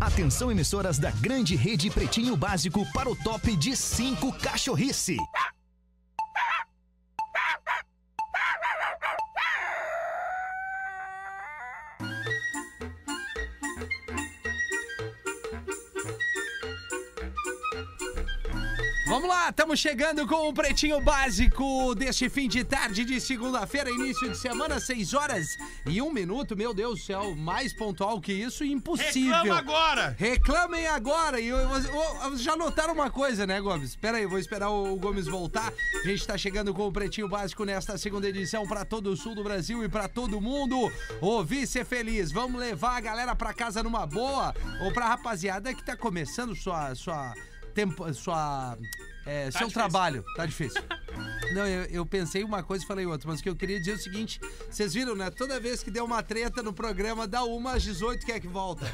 Atenção emissoras da grande rede Pretinho Básico para o top de 5 cachorrice. Vamos lá, estamos chegando com o Pretinho Básico deste fim de tarde de segunda-feira, início de semana, 6 horas e um minuto. Meu Deus do céu, mais pontual que isso, impossível. Reclama agora! Reclamem agora! E eu, eu- eu- já notaram uma coisa, né, Gomes? Pera aí, vou esperar o, o Gomes voltar. A gente tá chegando com o Pretinho Básico nesta segunda edição pra todo o sul do Brasil e pra todo mundo. Ouvir ser feliz. Vamos levar a galera pra casa numa boa ou pra rapaziada que tá começando sua. sua tempo, sua é, seu difícil. trabalho. Tá difícil. Não, eu, eu pensei uma coisa e falei outra, mas o que eu queria dizer é o seguinte: vocês viram, né? Toda vez que deu uma treta no programa, dá uma às 18 que é que volta.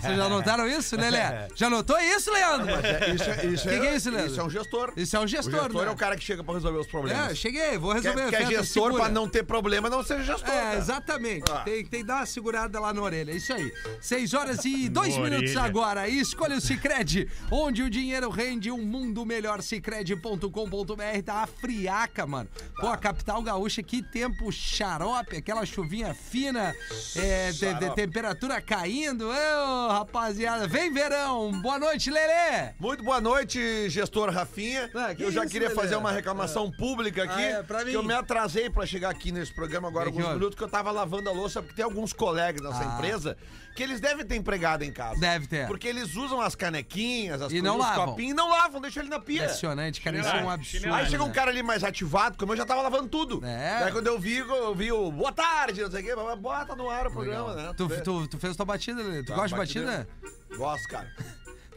Vocês já notaram isso, né, Lelé? Já notou isso, Leandro? Isso, é- isso Que é, que é isso, Leandro? Isso é um gestor. Isso é um O gestor, gestor né? é o cara que chega pra resolver os problemas. É, cheguei, vou que, resolver que é festa, gestor segura. pra não ter problema, não seja gestor. É, cara. exatamente. Ah. Tem, tem que dar uma segurada lá na orelha. Isso aí. Seis horas e dois Na minutos orelha. agora. Escolha o Cicred, onde o dinheiro rende um mundo melhor. Cicred.com.br tá a friaca, mano. Pô, a capital gaúcha, que tempo xarope, aquela chuvinha fina, é, te- te- temperatura caindo. Ô, rapaziada, vem verão. Boa noite, Lelê. Muito boa noite, gestor Rafinha. Ah, que eu já isso, queria Lelê? fazer uma reclamação pública aqui. Ah, é, pra mim. Que eu me atrasei pra chegar aqui nesse programa agora É que alguns hora? minutos, que eu tava lavando a louça, porque tem alguns colegas nessa Ah. empresa que eles devem ter empregado em casa. Deve ter. Porque eles usam as canequinhas, as E não os lavam. copinhos e não lavam, deixam ele na pia. Impressionante, cara. Isso é um Chinelagem, absurdo. chinelagem. Aí chega um né? cara ali mais ativado, como eu já tava lavando tudo. É. Daí quando eu vi, eu vi o boa tarde, não sei o quê, mas bota no ar o programa, né? Tu, vê. tu, tu fez tua batida, Lelê? Tu Tá, gosta de batida? Gosto, cara.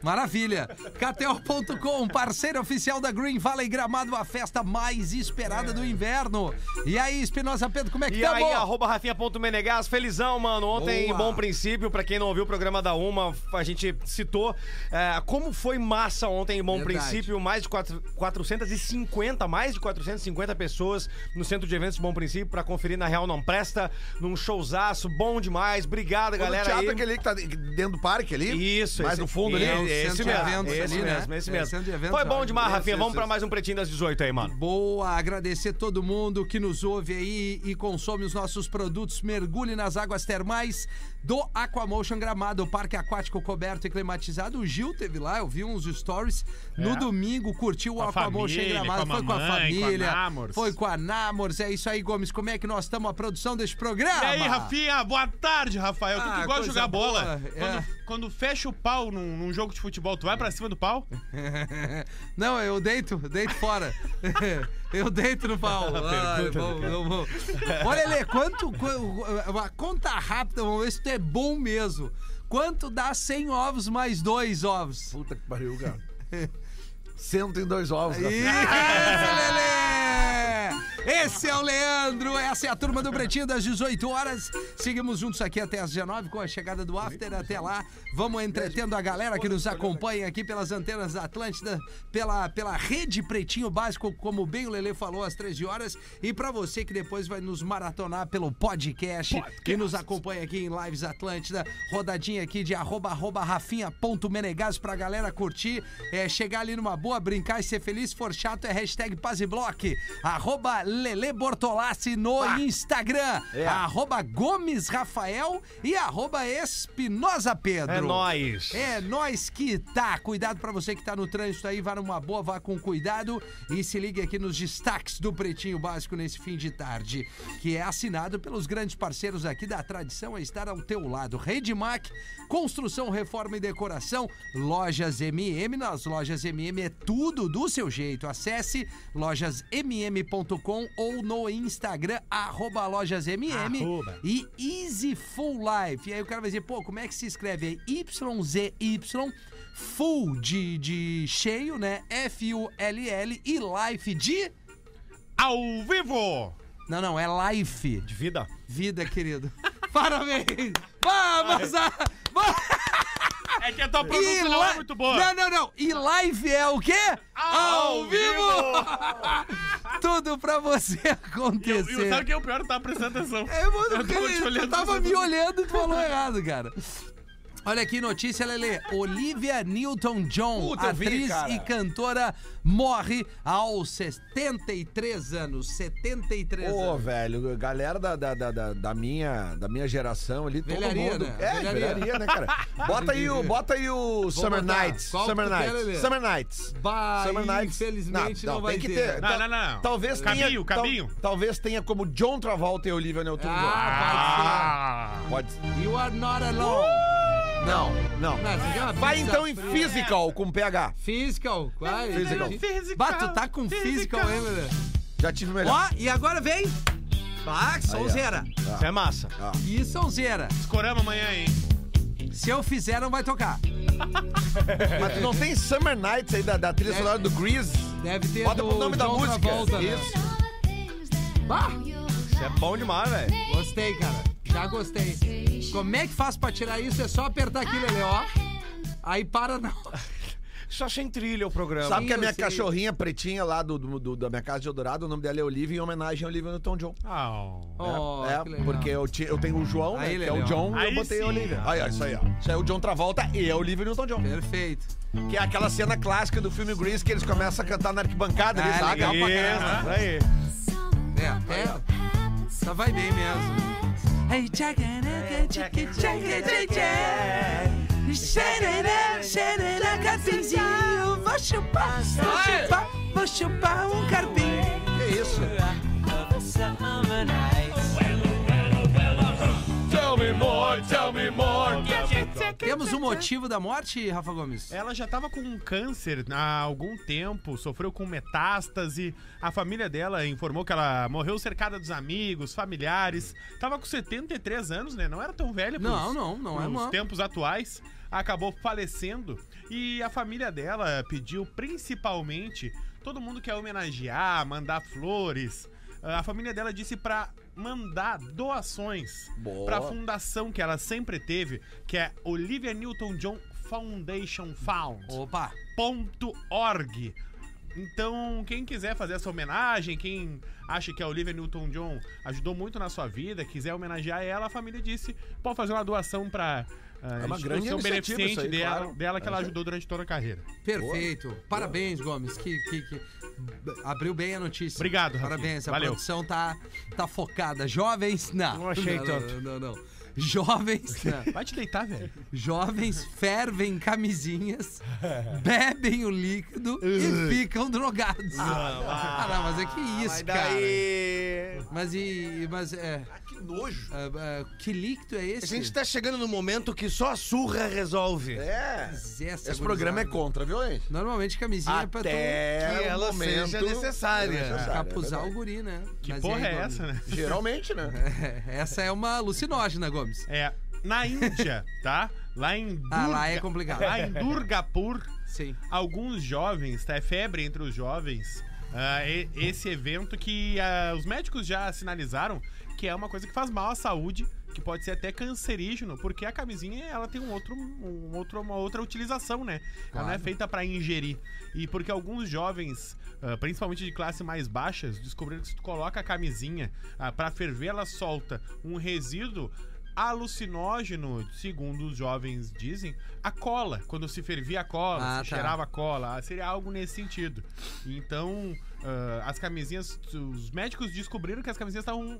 Maravilha! KTO.com, parceiro oficial da Green Valley Gramado, a festa mais esperada do inverno. E aí, Espinosa Pedro, como é que E tá, aí, bom? arroba rafinha.menegas, felizão, mano. Ontem, Boa. bom princípio, pra quem não ouviu o programa da Uma, a gente citou é, como foi massa ontem em Bom Verdade. Princípio, mais de quatro- 450, mais de 450 pessoas no Centro de Eventos Bom Princípio pra conferir na Real Não Presta, num showzaço, bom demais. Galera, Obrigado, o galera teatro aí. aquele que tá dentro do parque ali. Isso, mais esse- no fundo ali. é, é o esse centro de mesmo, eventos esse ali, né? mesmo, esse É, mesmo. centro de eventos, Foi bom olha, demais, esse, Rafinha. Vamos esse, pra esse. mais um Pretinho das 18 aí, mano. Boa, agradecer todo mundo que nos ouve aí e consome os nossos produtos. Mergulhe nas águas termais do Aquamotion Gramado, o parque aquático coberto e climatizado. O Gil teve lá, eu vi uns stories no domingo, curtiu o É. Com a Aquamotion família, Gramado, com a foi com a mamãe, com a família, Namors. foi com a Namors. É isso aí, Gomes. Como é que nós estamos a produção deste programa? E aí, Rafinha, boa tarde, Rafael. Ah, tu que gosta de coisa jogar bola. boa, Quando, é. quando fecha o pau num, num jogo de futebol, tu vai pra cima do pau? Não, eu deito, deito fora. eu deito no pau. Ah, eu vou, eu vou. Olha, Lê, quanto. qu- Uma conta rápida, vamos ver se tu é bom mesmo. Quanto dá 100 ovos mais dois ovos? Puta que pariu, cara. 102 ovos. Isso, Rafinha. Lelê! é Esse é o Leandro, essa é a turma do Pretinho das 18 horas. Seguimos juntos aqui até as 19 com a chegada do After. Até lá, vamos entretendo a galera que nos acompanha aqui pelas antenas da Atlântida, pela, pela rede Pretinho Básico, como bem o Lelê falou, às 13 horas. E pra você que depois vai nos maratonar pelo podcast, e nos acompanha aqui em Lives Atlântida, rodadinha aqui de arroba, arroba rafinha.menegas pra galera curtir, é, chegar ali numa boa, brincar e ser feliz. Se for chato, é hashtag Paziblock, arroba Lele Bortolassi no Instagram, É. arroba Gomes Rafael e arroba Espinosa Pedro. É nóis. É nós que tá. Cuidado pra você que tá no trânsito aí, vá numa boa, vá com cuidado e se ligue aqui nos destaques do Pretinho Básico nesse fim de tarde, que é assinado pelos grandes parceiros aqui da tradição a estar ao teu lado. Rede Mac, construção, reforma e decoração, lojas MM, nas lojas MM é tudo do seu jeito. Acesse lojasmm.com ou no Instagram arroba lojasmm Arroba. e Easy Full Life. E aí o cara vai dizer, pô, como é que se escreve? É YZY, full de, de cheio, né? F-U-L-L e life de. Ao vivo! Não, não, é life. De vida. Vida, querido. Parabéns! Vamos! A... Vamos! É que a tua E pronúncia não é li- muito boa. Não, não, não. E live é o quê? Ao vivo! Tudo pra você E eu- e acontecer. eu- sabe o que é o pior? Eu tava prestando atenção. É, mano, eu Eu tava te olhando, tava sabe? me olhando e tu falou errado, cara. Olha aqui notícia, Lelê. Olivia Newton-John, Puta, eu vi, atriz cara. e cantora, morre aos 73 anos. 73 Ô, anos. velho, galera da, da, da, da- da minha, da minha geração ali, todo Velharia, mundo. né? É, Velharia. velharia, né, cara? Bota aí o, bota aí o Summer botar. Nights. Qual que Summer tu quer, Nights. Lelê? Summer Nights. Bah, Summer Nights. infelizmente não vai tem que ter. né? ter. Não, Tal- não, não. Talvez Cabinho, tenha. tal- cabinho. talvez tenha como John Travolta e Olivia Newton-John. Ah, Ah, Pode ser. vai ser. You are not alone. Não, não. Não, isso aqui é uma Vai pizza então em fria. Physical com PH. Physical, vai. Physical. Bah, tu tá com physical, hein, Lelê? Já tive melhor. Ó, e agora vem. Ah, sonzeira. Isso é massa. E sonzeira. Escorama amanhã, hein? Se eu fizer, não vai tocar. Mas tu não tem Summer Nights aí da, da trilha sonora do Grease? Deve ter Bota do pro nome da John música. Travolta, né? Isso. Bah, Isso é bom demais, velho. gostei, cara. Já gostei. Como é que faz pra tirar isso? É só apertar aqui, Lelê, ó. Aí para não. É, Só sem trilha o programa. Sabe que a eu minha sei. cachorrinha pretinha lá do, do- do- da minha casa de Eldorado, o nome dela é Olivia, em homenagem a Olivia Newton John. Ah, Oh, é, que legal. porque eu, ti- eu tenho o João, né, Aí, que é o Lelê, ó. John, e eu Aí botei a sim. Olivia. Aí, ó, isso aí, ó. Isso aí é o John Travolta e a Olivia Newton John. Perfeito. Que é aquela cena clássica do filme Grease que eles começam a cantar na arquibancada Ah, ali, sabe? legal pra caramba. Isso aí. É, até. Só Tá, vai bem mesmo. Hey, check it out, check it, check it, check it. Xererê, xererê, cacetinho. Vou chupar, vou chupar, vou chupar um carpinho. Que é isso? Temos um motivo da morte, Rafa Gomes? Ela já tava com um câncer há algum tempo, sofreu com metástase. A família dela informou que ela morreu cercada dos amigos, familiares. Tava com 73 anos, né? Não era tão velha pros- Não, não, não é, pros não. tempos atuais. Acabou falecendo e a família dela pediu principalmente todo mundo quer homenagear, mandar flores. A família dela disse pra mandar doações Boa. pra fundação que ela sempre teve, que é Olivia Newton-John Foundation Found Opa! www.olivia.org. Então, quem quiser fazer essa homenagem, quem acha que a Olivia Newton-John ajudou muito na sua vida, quiser homenagear ela, a família disse, pode fazer uma doação para É uma grande iniciativa beneficente isso aí, dela, claro. dela que É ela isso aí. ajudou durante toda a carreira. Perfeito. Parabéns, Gomes, que, que, que b- abriu bem a notícia. Obrigado, Rafinha. Parabéns, a Valeu. produção tá, tá focada. Jovens, não. Não achei não, tanto. Não, não, não. Jovens, não. Vai te deitar, velho. Jovens fervem camisinhas, bebem o líquido e ficam drogados. Ah, não, mas é que isso, cara. Mas e. Mas é. Que nojo. é, é, que líquido é A esse? gente tá chegando no momento que só a surra resolve. É. Mas essa Esse programa é gurizada. contra a violência. Normalmente camisinha é pra tu Até que ela o momento seja necessária. é capuzar verdade. o guri, né? Que Mas e porra aí, é Gomes? essa, né? Geralmente, né? Essa é uma alucinógena, Gomes. É, na Índia, tá? Lá em Durga, Ah, lá é complicado. Lá em Durgapur, Sim. alguns jovens, tá? É febre entre os jovens. ah, e- esse evento que ah, os médicos já sinalizaram que é uma coisa que faz mal à saúde, que pode ser até cancerígeno, porque a camisinha ela tem um outro, um outro, uma outra utilização, né? Ela não é feita pra ingerir. E porque alguns jovens, ah, principalmente de classe mais baixas, descobriram que se tu coloca a camisinha ah, pra ferver, ela solta um resíduo alucinógeno, segundo os jovens dizem, a cola. Quando se fervia a cola, Ah, se tá. cheirava a cola, seria algo nesse sentido. Então, ah, as camisinhas, os médicos descobriram que as camisinhas estavam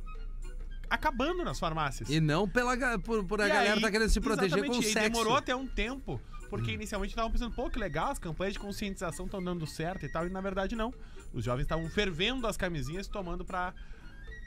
acabando nas farmácias. E não pela, ga- por, por a E galera aí, tá querendo se proteger com o exatamente, e sexo. Hum. demorou até um tempo, porque inicialmente estavam pensando, pô, que legal, as campanhas de conscientização estão dando certo e tal, e na verdade não. Os jovens estavam fervendo as camisinhas, tomando pra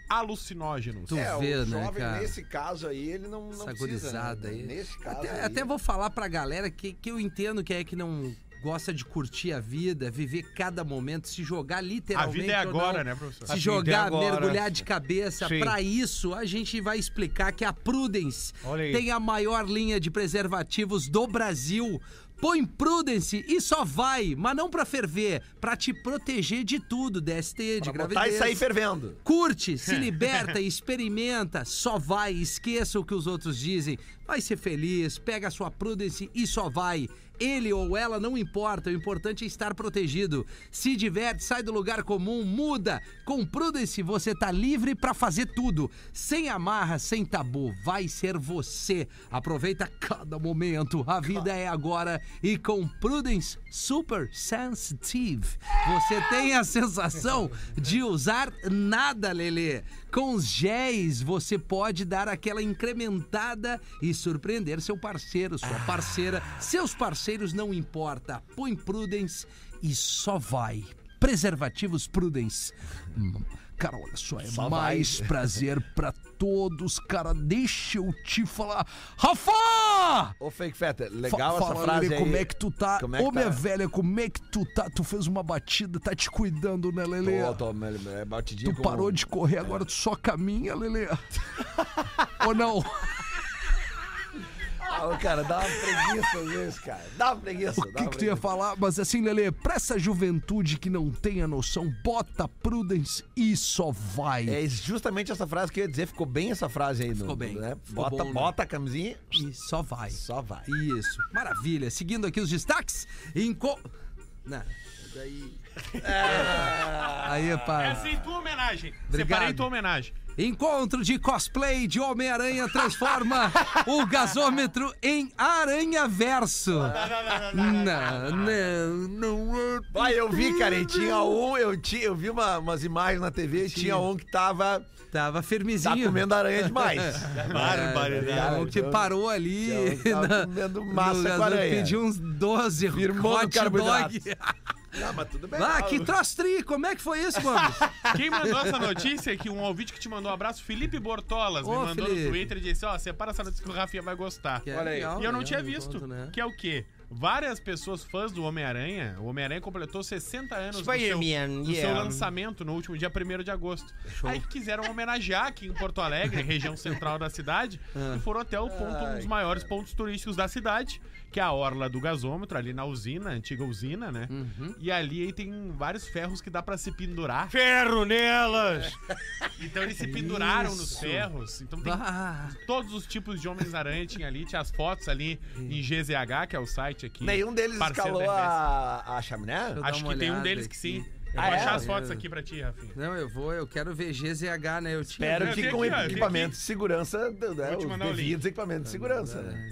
alucinógenos. Tu É, vê, o né, jovem, cara? nesse caso aí, ele não, não Essa precisa. né? gurizada aí. Nesse caso Até, aí, até vou falar pra galera que, que eu entendo que é que não gosta de curtir a vida, viver cada momento, se jogar A literalmente. vida é ou não. agora, né, professor? Se A vida é jogar, agora. mergulhar de cabeça, Sim. pra isso a gente vai explicar que a Prudence Olha aí. tem a maior linha de preservativos do Brasil. Põe Prudence e só vai, mas não pra ferver, pra te proteger de tudo, DST, de gravidez. Tá e sair fervendo. Curte, se liberta, experimenta, só vai, esqueça o que os outros dizem. Vai ser feliz, pega a sua prudence e só vai. Ele ou ela não importa, o importante é estar protegido. Se diverte, sai do lugar comum, muda. Com Prudence você tá livre pra fazer tudo. Sem amarra, sem tabu, vai ser você. Aproveita cada momento, a vida é agora. E com Prudence Super Sensitive, você tem a sensação de usar nada, Lelê. Com os géis, você pode dar aquela incrementada e surpreender seu parceiro, sua parceira, seus parceiros, não importa. Põe Prudence e só vai. Preservativos Prudence. Hum, Cara, olha só, é mais prazer pra todos, cara. Deixa eu te falar. Rafa! Ô, Fake Feta, Fa- legal essa fala, frase Lelê, aí. como é que tu tá? Como é que Ô, minha tá? velha, como é que tu tá? Tu fez uma batida, tá te cuidando, né, Lelê? Tô, tô, é batidinha Tu com- parou de correr, agora tu só caminha, Lelê. Ou não? Ah, ô, cara, dá uma preguiça às vezes, cara. Dá uma preguiça. O dá que, uma que tu ia preguiça. falar? Mas assim, Lelê, pra essa juventude que não tem a noção, bota Prudence e só vai. É justamente essa frase que eu ia dizer. Ficou bem essa frase aí. Ficou no, bem. Né? Ficou bota, bom, né? bota a camisinha, E só vai. só vai. Isso. Maravilha. Seguindo aqui os destaques, enco... Não. Daí... Aí é para... assim, Essa é em tua homenagem. Obrigado. Separei tua homenagem. Encontro de cosplay de Homem-Aranha transforma o gasômetro em aranha-verso. Não, não, não. Vai, eu vi, cara, e tinha um, eu, tinha, eu vi uma- umas imagens na TV e tinha um que tava Tava tá firmezinho. comendo aranha demais. Barbaridade. É, o que parou ali. Eu tava comendo massa com gasômetro, aranha. Pediu uns 12 Firmou no hot carboidrato. dog. Não, mas tudo bem. Ah, que troço tri, como é que foi isso, mano? Quem mandou essa notícia é que um ouvinte que te mandou um abraço, Felipe Bortolas, me Ô, mandou Felipe. no Twitter e disse: Ó, separa essa notícia que o Rafinha vai gostar. Que é legal, e eu não né, tinha um visto. encontro, né? Que é o quê? Várias pessoas fãs do Homem-Aranha. O Homem-Aranha completou 60 anos do seu, Spider-Man, do seu yeah. lançamento no último dia 1 de agosto. Aí quiseram homenagear aqui em Porto Alegre, região central da cidade, e foram até o ponto, um dos maiores pontos turísticos da cidade, que é a Orla do Gasômetro, ali na usina, antiga usina, né? E ali aí tem vários ferros que dá pra se pendurar. Ferro nelas! Então eles se penduraram nos Isso. ferros. Então tem Ah, todos os tipos de Homens-Aranha tinha ali, tinha as fotos ali em GZH, que é o site aqui. Nenhum deles Parceiro escalou da RBS. a, a chaminé? Eu- Vou dar Acho uma que tem um olhada deles aqui. que sim. Eu Ah, vou é? achar as fotos aqui pra ti, Rafinha. não, eu vou, eu quero ver GZH, né? Eu tinha Espero Eu que vi com aqui, ó, eu vi equipamento aqui. de segurança, né, Vou os te mandar o link. devidos equipamentos de segurança, né?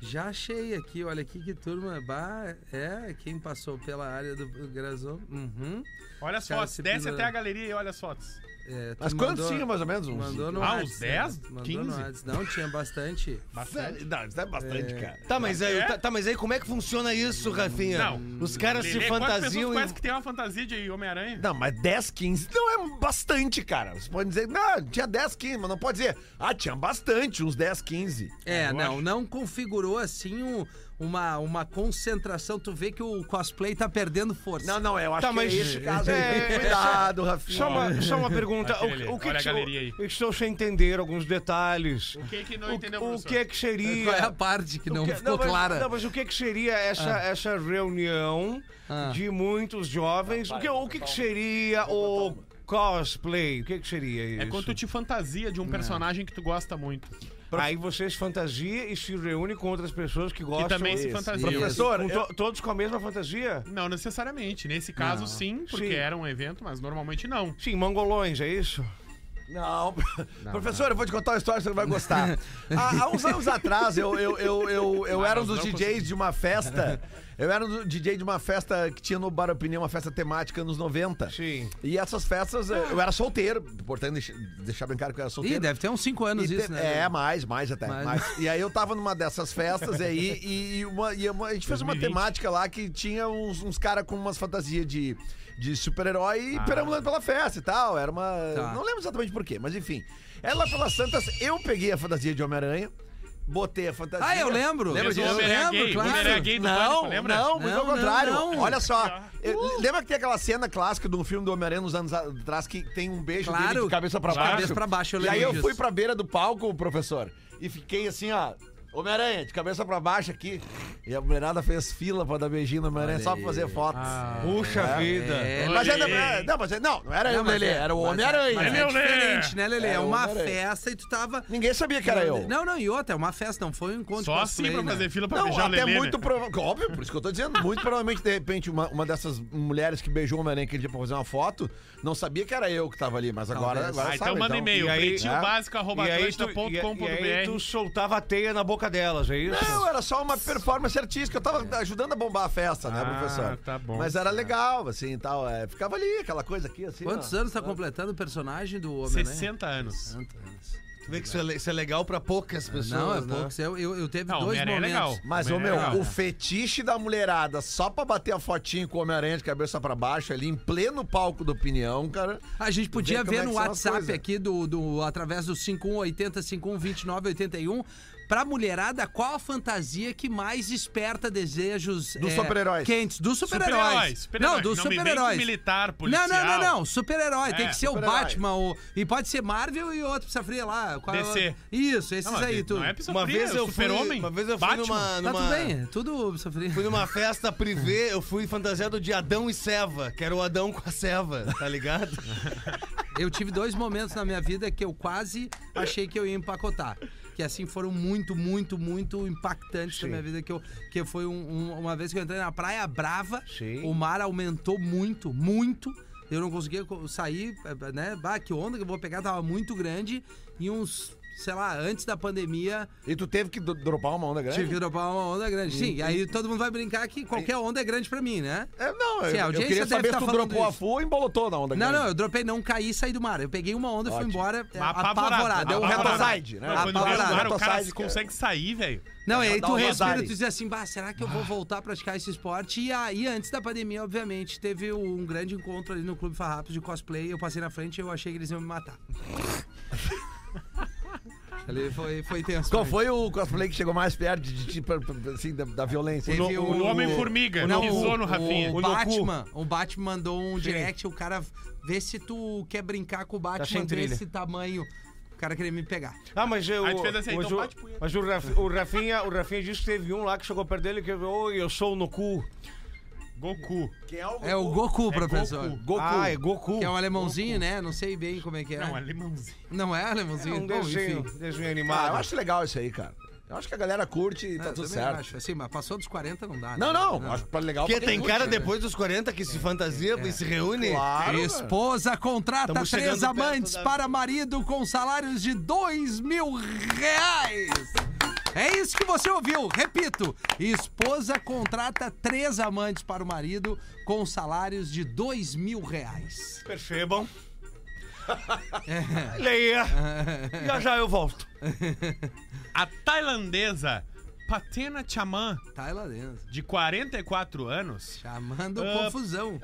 Já achei aqui, olha aqui que turma. Bah, é, quem passou pela área do Grazão. Uhum. Olha as Cara, fotos. se Desce pendurando. até a galeria e olha as fotos. É, tu Mas quantos mandou- tinha, mais ou menos? Uns Mandou no Ah, Whats, uns 10, né? Mandou 15? no Whats. Não, tinha bastante. Sério? Não, isso é bastante, cara. Tá, mas aí, É? tá, tá, mas aí como é que funciona isso, Rafinha? Não. Os caras se Lelê, Quantas pessoas fantasiam conhecem e... que tem uma fantasia de Homem-Aranha? Não, mas 10, 15 não é bastante, cara. Você pode dizer, não, tinha 10, 15, mas não pode dizer, ah, tinha bastante, uns 10, 15. É, eu não, acho. não configurou assim um- uma, uma concentração. Tu vê que o cosplay tá perdendo força. Não, não, eu acho Tá, que mas- é esse caso aí. É, Cuidado, Rafinha. Só uma, só uma pergunta. Vai, Lelê, O, o que olha a que- galeria aí. Eu estou sem entender alguns detalhes. O que que não O- entendeu, O professor? que é que seria... Qual é a parte que não O que- ficou mas- clara? Não, mas o que, que seria essa, essa reunião Ah. de muitos jovens? o que, é o que, que seria o cosplay? O que, que seria isso? É quando tu te fantasia de um personagem que tu gosta muito. Aí vocês fantasia e se reúne com outras pessoas que Que gostam. também se isso. fantasia. Professor, Com to- Todos com a mesma fantasia? Não necessariamente. Nesse caso, Não. sim, porque Sim. era um evento, mas normalmente não. Sim, mongolões, é isso? Não, professor, eu vou te contar uma história que você vai gostar. há, há uns anos atrás, eu, eu, eu, eu, eu Ah, era um dos nós não DJs conseguimos. de uma festa. Eu era um do- DJ de uma festa que tinha no Bar Opinião, uma festa temática nos 90. Sim. E essas festas, eh, eu eu era solteiro, importante deixar- deixar bem claro que eu era solteiro. Ih, deve ter uns 5 anos E isso, te- né? É, mais, mais até. Mais. mais. E aí eu tava numa dessas festas aí e, e uma, e uma- a gente fez uma 2020. temática lá que tinha uns, uns caras com umas fantasias de, de super-herói e Ah. perambulando pela festa e tal. Era uma. Tá. Não lembro exatamente porquê, mas enfim. Ela lá pelas Santas, eu peguei a fantasia de Homem-Aranha, botei a fantasia. Ah, eu lembro. Lembra Fez o disso? Eu Homem-Aranha lembro, gay, o claro. Homem-Aranha gay do Pânico, Não, lembra? não, muito Não, ao não, contrário. não. Olha só. eu- Lembra que tem aquela cena clássica de um filme do Homem-Aranha nos anos atrás que tem um beijo dele Claro. de cabeça pra De baixo? cabeça pra baixo, eu E aí lembro eu fui disso. pra beira do palco, professor, e fiquei assim, ó. Homem-Aranha, de cabeça pra baixo aqui. E a mulherada fez fila pra dar beijinho no Homem-Aranha só pra fazer foto. Ah. Puxa vida. É, Mas Olhei. ainda. é, Não, mas é- não, não era eu, mas Lelê, é- era o mas é- Homem-Aranha. mas É Lelê. diferente, né, Lelê? É Era o uma Homem-Aranha. festa e tu tava. Ninguém sabia que era eu. Não, não, e outra, é uma festa, não foi um encontro Só de assim cosplay, pra né? fazer fila pra Não, beijar o até Lelê, né? muito provavelmente. Óbvio, por isso que eu tô dizendo. Muito provavelmente, de repente, uma, uma dessas mulheres que beijou o Homem-Aranha aquele dia pra fazer uma foto, não sabia que era eu que tava ali, mas agora. Talvez. agora Ah, então sabe, manda e-mail, E aí- E aí tu- e aí tu pretinhobásico.com.br. soltava a teia na boca delas, é isso? Não, era só uma performance artística. Eu tava ajudando a bombar a festa, né, Ah, professor? tá bom. Mas era legal, assim e tal. é, ficava ali, aquela coisa aqui, assim. Quantos ó. anos tá completando o personagem do Homem-Aranha? 60 anos. 60 anos. Tu vê que isso é, le- isso é legal pra poucas pessoas, Não, é né? pouco. Eu, eu, eu teve Não, dois Homem-Aranha é momentos. legal. Mas, ô meu, Homem-Aranha é o legal. fetiche da mulherada só pra bater a fotinho com o Homem-Aranha de cabeça pra baixo ali, em pleno palco do opinião, cara. A gente podia Vê como ver é que no são as WhatsApp coisas. aqui do, do através do 5180 512981 pra mulherada qual a fantasia que mais desperta desejos é, Dos super-heróis. quentes dos super-heróis. Super-heróis, não, super-heróis. dos Não me vem super-heróis. com militar, Não, policial. não, não, não, super-herói, tem É, que ser o super-herói. Batman o... e pode ser Marvel e outro precisa fria lá, qual é o- DC. Isso, esses Não, mas aí tudo. Não é tá Pisa Uma Fria, vez eu fui, Super-Homem, uma vez eu fui Batman. numa, numa tudo bem, tudo precisa fria. Fui numa festa privê, eu fui fantasiado de Adão e Seva, que era o Adão com a Seva, tá ligado? Eu tive dois momentos na minha vida que eu quase achei que eu ia empacotar. Que assim foram muito, muito, muito impactantes na minha vida. Que, eu, que foi um- um- uma vez que eu entrei na Praia Brava, Sim. o mar aumentou muito, muito. Eu não conseguia co- sair, eh, né? Bah, que onda que eu vou pegar tava muito grande. E uns, sei lá, antes da pandemia, E tu teve que do- dropar uma onda grande? tive que dropar uma onda grande. Sim, Uhum. aí todo mundo vai brincar que qualquer onda é grande pra mim, né? É, não, Sim, a eu, eu audiência queria deve saber tá se tu falando dropou a isso. full ou embolotou na onda Não, grande. não, eu dropei, não caí e saí do mar. Eu peguei uma onda, fui Ótimo. embora eh, Mas É, apavorado. apavorado. Deu um Apavorado. retoside, né? Não, Quando vê o Apavorado. mar, o cara Retoside, se cara. consegue sair, velho. Não, e aí Dá tu um respira azar. e tu diz assim, bah, será que eu vou voltar a praticar esse esporte? E aí, antes da pandemia, obviamente, teve um grande encontro ali no Clube Farrapos de cosplay. Eu passei na frente e eu achei que eles iam me matar. ali foi, foi tenso. Qual né? foi o cosplay que chegou mais perto de, de- pra- pra- assim, da, da violência? Teve O, Homem-Formiga Não, pisou no o- Rafinha. O, Batman, o Batman mandou um direct, o cara vê se tu quer brincar com o sem Batman trilha. desse tamanho. O cara queria me pegar. Ah, mas eu. Aí tu fez assim, mas então o- bate punheta. mas o, Raf- o Rafinha, o Rafinha disse que teve um lá que chegou perto dele que oi, eu sou o Noku. Goku. É o Goku, professor. Goku. Goku. Ah, é Goku. Que é um alemãozinho, né? Não sei bem como é que é. Não, é limãozinho. Não é alemãozinho? É um Bom, desenho, enfim. desenho Ah, eu animado. acho legal isso aí, cara. Eu acho que a galera curte e tá É, eu tudo também certo. acho. Assim, mas passou dos 40 não dá. né? Não, não, acho pra- legal. Porque pra quem tem curte, cara né? depois dos 40 que se fantasia e se reúne. Claro. Esposa contrata Tamo chegando três perto amantes da- para marido com salários de dois mil reais. É isso que você ouviu. Repito, esposa contrata três amantes para o marido com salários de dois mil reais. Percebam. Leia. já já eu volto. A tailandesa Patena Chaman, Tá aí lá dentro. de 44 anos, Chamando Ah, confusão.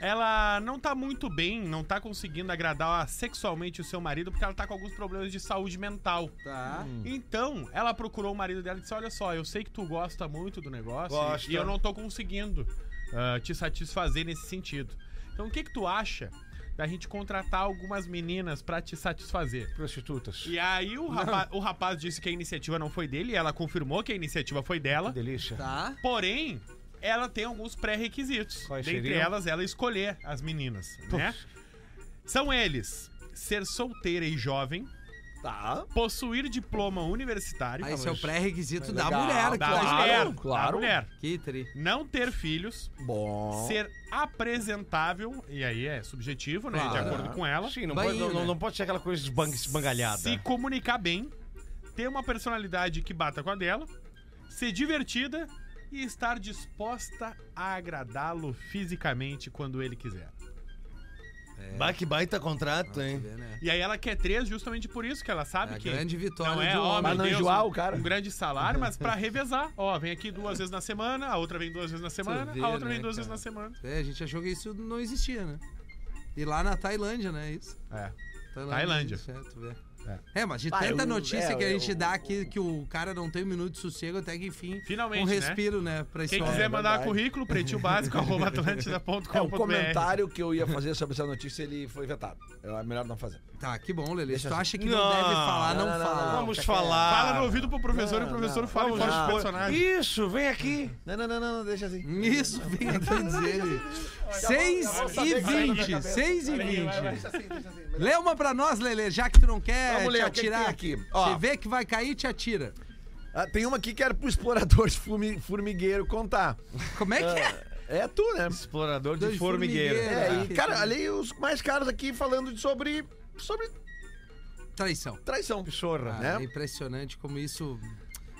ela não tá muito bem, não tá conseguindo agradar sexualmente o seu marido, porque ela tá com alguns problemas de saúde mental. Tá. Hum. Então, ela procurou o marido dela e disse: Olha só, eu sei que tu gosta muito do negócio e- Gosta. e eu não tô conseguindo ah, te satisfazer nesse sentido. Então, o que que tu acha da gente contratar algumas meninas pra te satisfazer? Prostitutas. E aí o rapaz, o rapaz disse que a iniciativa não foi dele, e ela confirmou que a iniciativa foi dela. Delícia. Tá. Porém, ela tem alguns pré-requisitos. Quais Dentre seriam? elas, ela escolher as meninas, né? São eles ser solteira e jovem, Tá. possuir diploma universitário. Aí esse é o pré-requisito da legal, mulher. que Da tá mulher, esperando. da claro. mulher. Que tri. Não ter filhos, Bom. ser apresentável, e aí é subjetivo, né? De Claro. acordo com ela. Sim, não, Bainho, pode, não, né? não pode ser aquela coisa esbang- esbangalhada. Se comunicar bem, ter uma personalidade que bata com a dela, ser divertida e estar disposta a agradá-lo fisicamente quando ele quiser. É. Bah, que baita contrato, Vê, hein? né? E aí ela quer três justamente por isso que ela sabe É a que grande vitória não é do ó, homem. meu Mas não Deus, enjoar um- o cara. um grande salário, mas pra revezar, ó, vem aqui duas vezes na semana, a outra vem duas vezes na semana, vê, a outra né, vem duas vezes cara? na semana. É, a gente achou que isso não existia, né? E lá na Tailândia, né? Isso. É. Tailândia. Tailândia. Certo, vê. É, mas de Ah, tanta eu- notícia é, que a gente eu- dá que, que o cara não tem um minuto de sossego até que enfim. Finalmente, Um né? respiro, né? pra esse Quem homem. quiser mandar é verdade. currículo, pretilbásico.atlântida.com.br. É, o comentário que eu ia fazer sobre essa notícia, ele foi vetado. É melhor não fazer. Tá, que bom, Lelê. Se tu assim. acha que não, deve falar, não, não, não, fala. não. Vamos tá falar. Fala no ouvido pro professor e o professor não. fala e Vamos fora lá. do personagem. Isso, vem aqui. Não, não, não, não, não, deixa assim. Isso, vem aqui dizer ele. 6 e 20, 6 e 20. Lê uma pra nós, Lelê, já que tu não quer Vamos te ler, o que que tem atirar. aqui? Ó. Você vê que vai cair, te atira. Ah, tem uma aqui que era pro explorador de fumi- formigueiro contar. Como é que é? É tu, né? Explorador de Dois formigueiro. formigueiros. É, e cara, ali os mais caros aqui falando de- sobre, sobre É Traição. traição. Pichorra. Ah, Né? É impressionante como isso.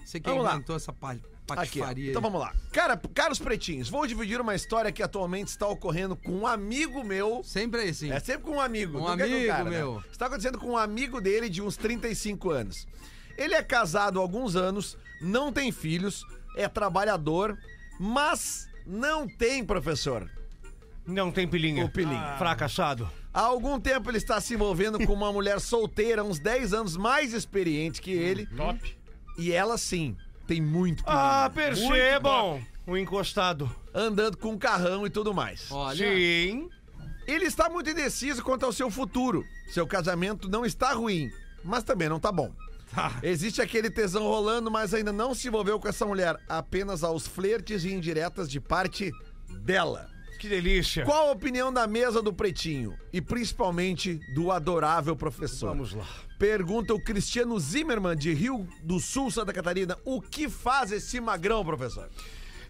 Você quem Vamos lá. inventou essa palha. Aqui, ó. Patifaria. então vamos lá. Cara, caros pretinhos, vou dividir uma história que atualmente está ocorrendo com um amigo meu. Sempre é assim. É sempre com um amigo. Um nunca é com amigo né? meu. Está acontecendo com um amigo dele de uns 35 anos. Ele é casado há alguns anos, não tem filhos, é trabalhador, mas não tem professor. Não tem pilinha. Ah. O pilinha. Fracassado. Há algum tempo ele está se envolvendo com uma mulher solteira, uns 10 anos mais experiente que ele, Top. e ela sim tem muito pilinha. Ah, percebam. O encostado. andando com um carrão e tudo mais. Olha. Sim. Ele está muito indeciso quanto ao seu futuro. Seu casamento não está ruim, mas também não está bom. Tá. Existe aquele tesão rolando, mas ainda não se envolveu com essa mulher, apenas aos flertes e indiretas de parte dela. Que delícia. Qual a opinião da mesa do Pretinho e principalmente do adorável professor? Vamos lá. Pergunta o Cristiano Zimmermann de Rio do Sul, Santa Catarina. O que faz esse magrão, professor?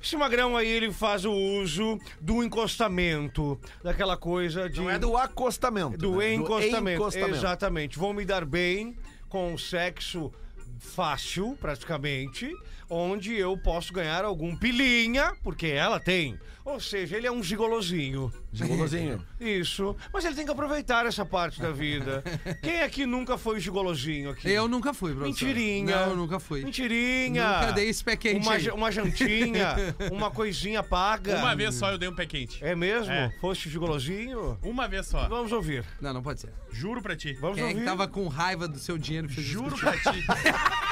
Esse magrão aí, ele faz o uso do encostamento, daquela coisa de... Não é do acostamento. Do né? encostamento. encostamento. Exatamente. Vou me dar bem com o sexo fácil, praticamente, onde eu posso ganhar algum pilinha, porque ela tem. Ou seja, ele é um gigolozinho. Gigolozinho. Isso. Mas ele tem que aproveitar essa parte da vida. Quem aqui nunca foi gigolozinho aqui? Eu nunca fui, professor. Mentirinha. Não, eu nunca fui. Mentirinha. Nunca dei esse pé quente Uma, aí. ja- uma jantinha, uma coisinha paga. Uma vez só eu dei um pé quente. É mesmo? É. Foste gigolozinho? Uma vez Tá. só. Vamos ouvir. Não, não pode ser. Tá Juro pra ti. Vamos Quem é ouvir. que tava com raiva do seu dinheiro? que fez isso Juro contigo? pra ti.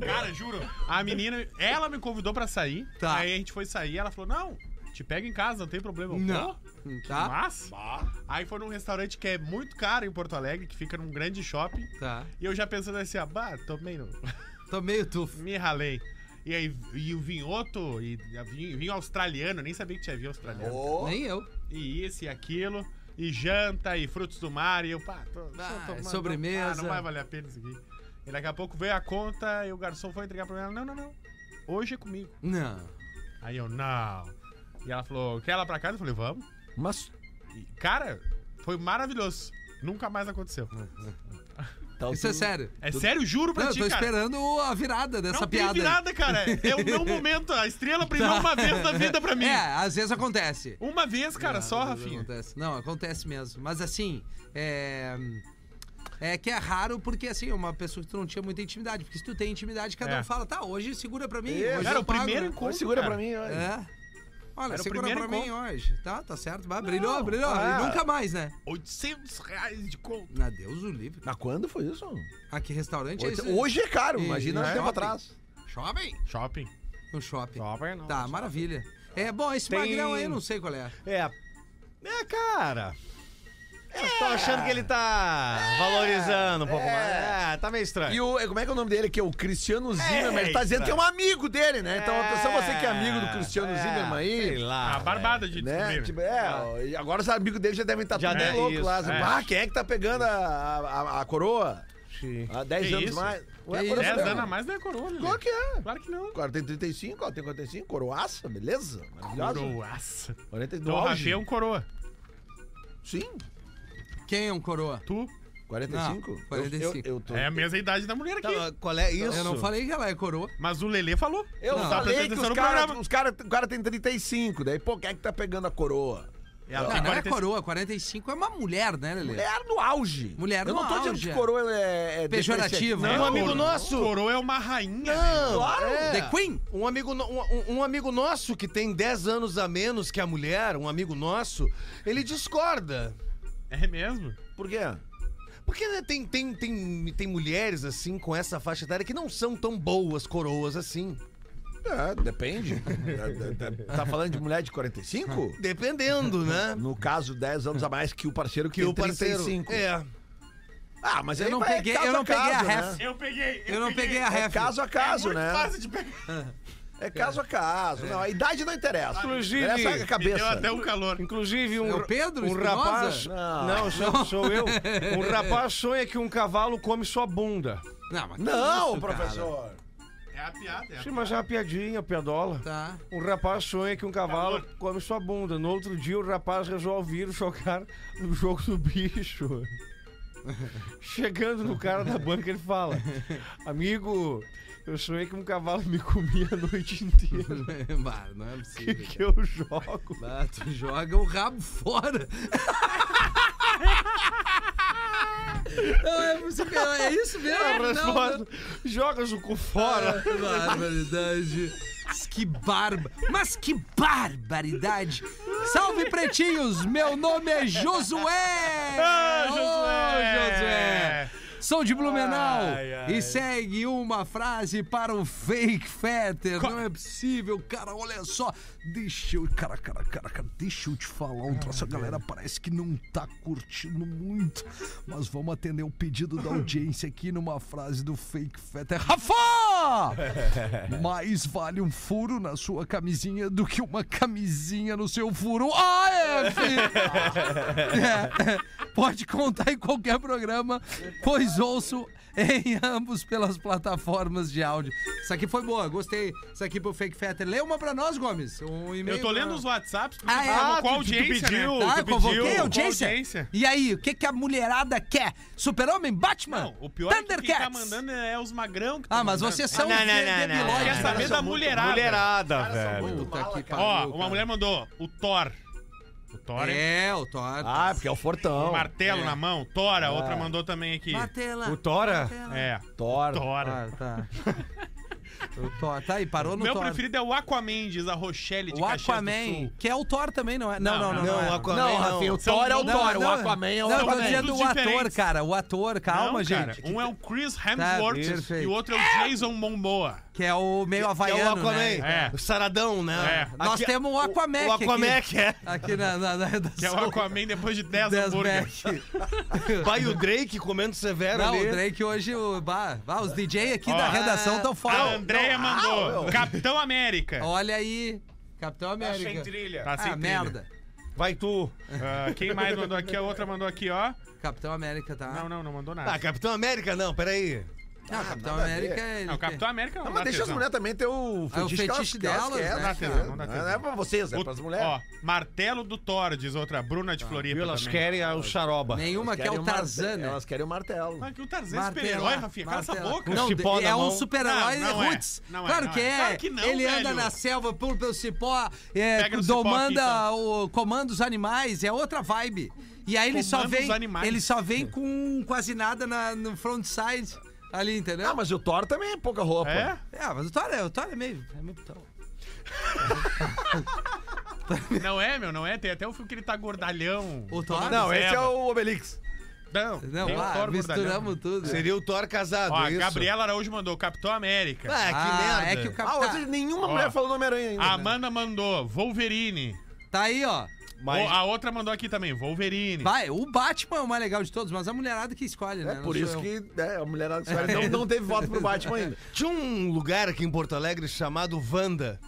Cara, juro. A menina, ela me convidou pra sair. Tá. Aí a gente foi sair. Ela falou: Não, te pega em casa, não tem problema. Eu, Não. "Pô, Tá? Mas. Aí foi num restaurante que é muito caro em Porto Alegre, que fica num grande shopping. Hum. Tá. E eu já pensando assim: Ah, bah, tomei no. Tô meio tufo. Me ralei. E aí, e o vinhoto, e a vinho, vinho australiano, eu nem sabia que tinha vinho australiano. Nem eu. E isso e aquilo, e janta, e frutos do mar, e eu, pá, tô, tô Ah, tomando- sobremesa. Ah, não vai valer a pena isso aqui. E daqui a pouco veio a conta, e o garçom foi entregar pra mim, ela, não, não, não, hoje é comigo. Não. Tá Aí eu, não. E ela falou, quer ela pra casa? Eu falei, vamos. Mas E, cara, foi maravilhoso. Nunca mais aconteceu. Então, Isso é tu- sério. É sério, juro pra Não, eu ti, tô cara. esperando a virada dessa não piada. tem virada, cara. É o meu momento. A estrela é brilhou uma vez na vida pra mim. É, às vezes acontece. Uma vez, cara, só, Às vezes Rafinha. Acontece. Não, acontece mesmo. Mas assim, é. É que é raro porque, assim, é uma pessoa que tu não tinha muita intimidade. Porque se tu tem intimidade, cada É. um fala, tá, hoje segura pra mim. Isso. hoje Cara, eu o pago, primeiro né? encontro. Segura cara. pra mim, olha. É. Olha, Era o segura pra primeiro mim hoje. Tá, tá certo. Bah, brilhou, brilhou. ah. E nunca mais, né? 800 reais de conta. Na Deus o livre. Mas quando foi isso? Ah, que restaurante é Oito- esse? Hoje é caro, E- imagina há um é. tempo Shopping. atrás. Shopping? Shopping. um No shopping. Jovem não. Tá, maravilha. É, bom, esse Tem- magrão aí, eu não sei qual é. É. É, cara. Eu É. tô achando que ele tá valorizando um pouco mais. É, tá meio estranho. E o, como é que é o nome dele aqui? O Cristiano Zimmermann. Ele tá dizendo que é um amigo dele, né? Então, atenção, você que é amigo do Cristiano Zimmermann Sei aí. lá. Ah, a barbada de Né? descobrir. Tipo, é, ó, e agora os amigos dele já devem estar Já tudo bem deve- louco isso, lá. é. Ah, quem é que tá pegando a, a, a coroa? velho. Há 10 Que anos isso? mais. Ué, Que coroa isso? 10 dela. anos a mais não é coroa, Lelê. Qual que é? Claro que não. Agora tem 35, ó, tem 45, coroaça, beleza? Maravilhosa. Coroaça. 40, no Então, o auge. Rafinha é um coroa. Sim, Quem é um coroa? Tu 45. Não, Eu- 45. Eu, eu, tô... é a mesma idade da mulher aqui. Tá, qual é isso? Eu não falei que ela é coroa. Mas o Lelê falou. Eu Não, tá falei que prestando atenção os no caras. programa. Os cara, o cara tem 35, daí, pô, quem é que tá pegando a coroa? Ela Não, tem não é 45. coroa, 45 é uma mulher, né, Lelê? Mulher no auge. Mulher Eu no não tô dizendo auge, que é. coroa é. Pejorativo. né? é depreciativo. É Um amigo coroa. nosso. Coroa é uma rainha. Não, é. The Queen? Um amigo, no- um, um amigo nosso que tem 10 anos a menos que a mulher, um amigo nosso, ele discorda. É mesmo? Por quê? Porque né, tem, tem, tem, tem mulheres, assim, com essa faixa etária que não são tão boas coroas assim. É, depende. É, é, é, tá falando de mulher de 45? Dependendo, né? No caso, 10 anos a mais que o parceiro que, Que o tem parceiro. 35. É. Ah, mas Eu aí não vai peguei, caso eu não a peguei a caso, ref. Né? Eu peguei. Eu não peguei a É ref. caso a caso, muito né? fácil de pegar. É caso a caso. Não, a idade não interessa. Inclusive- interessa a Me deu cabeça. até um calor. Inclusive, um, É o Pedro um Espinosa? rapaz. Não. Não, sou, sou eu. Um rapaz sonha que um cavalo come sua bunda. Não, mas que Não, isso, cara? professor. É a piada. É a Sim, mas é uma piadinha, piadola. Tá. Um rapaz sonha que um cavalo come sua bunda. No outro dia, o rapaz resolve ir jogar no jogo do bicho. Chegando no cara da banca, ele fala: Amigo, eu sonhei que um cavalo me comia a noite inteira. Bah, não é O possível. que, que eu jogo? Ah, tu joga o rabo fora. Não, é, possível, é isso mesmo? A não, resposta: não. Jogas o cu fora. Que barbaridade. Mas Que barba. Mas que barbaridade. Salve, pretinhos. Meu nome é Josué. Ah, Ô, Josué! Josué. Sou de Blumenau Ai, ai. e segue uma frase para o fake fetter. Não é possível, cara. Olha só. Deixa eu. Cara, cara, cara, cara, deixa eu te falar um troço. A galera parece que não tá curtindo muito. Mas vamos atender o pedido da audiência aqui numa frase do fake fetter. Rafa! Mais vale um furo na sua camisinha do que uma camisinha no seu furo. Ah, é, filho. É, é. Pode contar em qualquer programa, pois ouço em ambos pelas plataformas de áudio. Isso aqui foi boa, gostei. Isso aqui pro Fake Fetter. Lê uma pra nós, Gomes. Um e-mail Eu tô lendo pra- os WhatsApps porque Ah, é? ah, Ah, qual tu- tu audiência, pediu. né? que Ah, eu pediu, convoquei a qual audiência. audiência? E aí, o que, que a mulherada quer? Super-Homem? Batman? Não, o pior é que quem tá Thundercats? mandando é os magrão que Ah, tão mas mandando. vocês são Não, não, não, não, debilóides, não, não. Quer né? saber da mulherada? Mulherada, velho. Puta que pariu, Ó, uma cara. mulher mandou o Thor. O Thor é É, o Thor. Ah, porque é o fortão. martelo é. na mão. Tora, outra mandou também aqui. Matela. O Tora? É, Thor. Tora. Ah, tá. o Thor. Tá aí, parou no Meu Thor. preferido é o Aquaman, diz a Rochelle de o Caxias do Aquaman, Sul. que é o Thor também, não é? Não, não, não. Não, não, é. Não, o Aquaman Não, não. Rafinha, o São Thor é o não, Thor. O não, Aquaman é o Não, eu tô Aquaman. dizendo o Mundos ator, diferentes. cara. O ator, calma, Não, cara, gente. Um é o Chris Tá, Hemsworth perfeito. e o outro é o Jason Momoa. Que é o meio Que é o havaiano, Aquaman. né? É. O saradão, né? É. Nós Aqui- temos o Aquaman O Aquaman aqui, que é. aqui na, na, na redação. Que é o Aquaman depois de 10 10 hambúrguer. back. Vai o Drake comendo severo Não, ali. o Drake hoje, o, bah, bah, os DJ aqui da Ó. Ah, redação estão A fora. Andrea ah, mandou Capitão América. Olha aí, Capitão América. trilha. Tá sem ah, trilha. merda. Vai tu. Ah, quem mais mandou aqui? A outra mandou aqui, ó. Capitão América tá. Não, não, não mandou nada. Ah, Capitão América não, peraí. Não, Ah, Capitão nada a América. é ver. ele Não, Capitão América é um não. Não, mas dá deixa as atenção. mulheres também ter o fetiche, que é fetiche que elas delas, querem, né, né, cara? cara? Não dá Não, atenção. é pra vocês, é O- pras mulheres. Ó, martelo do Thor, diz outra. Bruna de Floripa. Viu? Elas também. querem a- o xaroba. Nenhuma que é Querem o marte- Tarzan, né? Elas querem o martelo. Mas que o Tarzan é Martela, super-herói, Rafinha. Cala essa martela. boca. Não, Com cipó é na um mão. super-herói Não, não é. roots. Não é, claro não que é. é. Claro que não, Ele anda velho. na selva, pula pelo cipó, é, Pega no cipó domanda aqui, então. o comanda os animais, é outra vibe. E aí ele só Comanda os vem, animais. ele só vem com quase nada na, no frontside ali, entendeu? Ah, mas o Thor também é pouca roupa. É? É, mas o Thor é, o Thor é meio, é meio putão. Não é, meu, não é. Tem até o filme que ele tá gordalhão. O Thor? Não, esse é Zeba. o Obelix. Não, Não, tem o ah, Thor né? misturamos gordalhão. tudo. Seria o Thor casado, Ó, a isso. Gabriela Araújo mandou Capitão América. Ah, que Ah, merda. é que o Ah, Capitão... vocês- nenhuma Ó. mulher falou do Homem-Aranha ainda. né? A Amanda mandou Wolverine. Tá aí, ó. Mas O- a outra mandou aqui também, Wolverine. Vai, o Batman é o mais legal de todos, mas a mulherada que escolhe, né? É Não por sou isso eu. que né, a mulherada sabe, não, não teve voto pro Batman ainda. Tinha um lugar aqui em Porto Alegre chamado Vanda.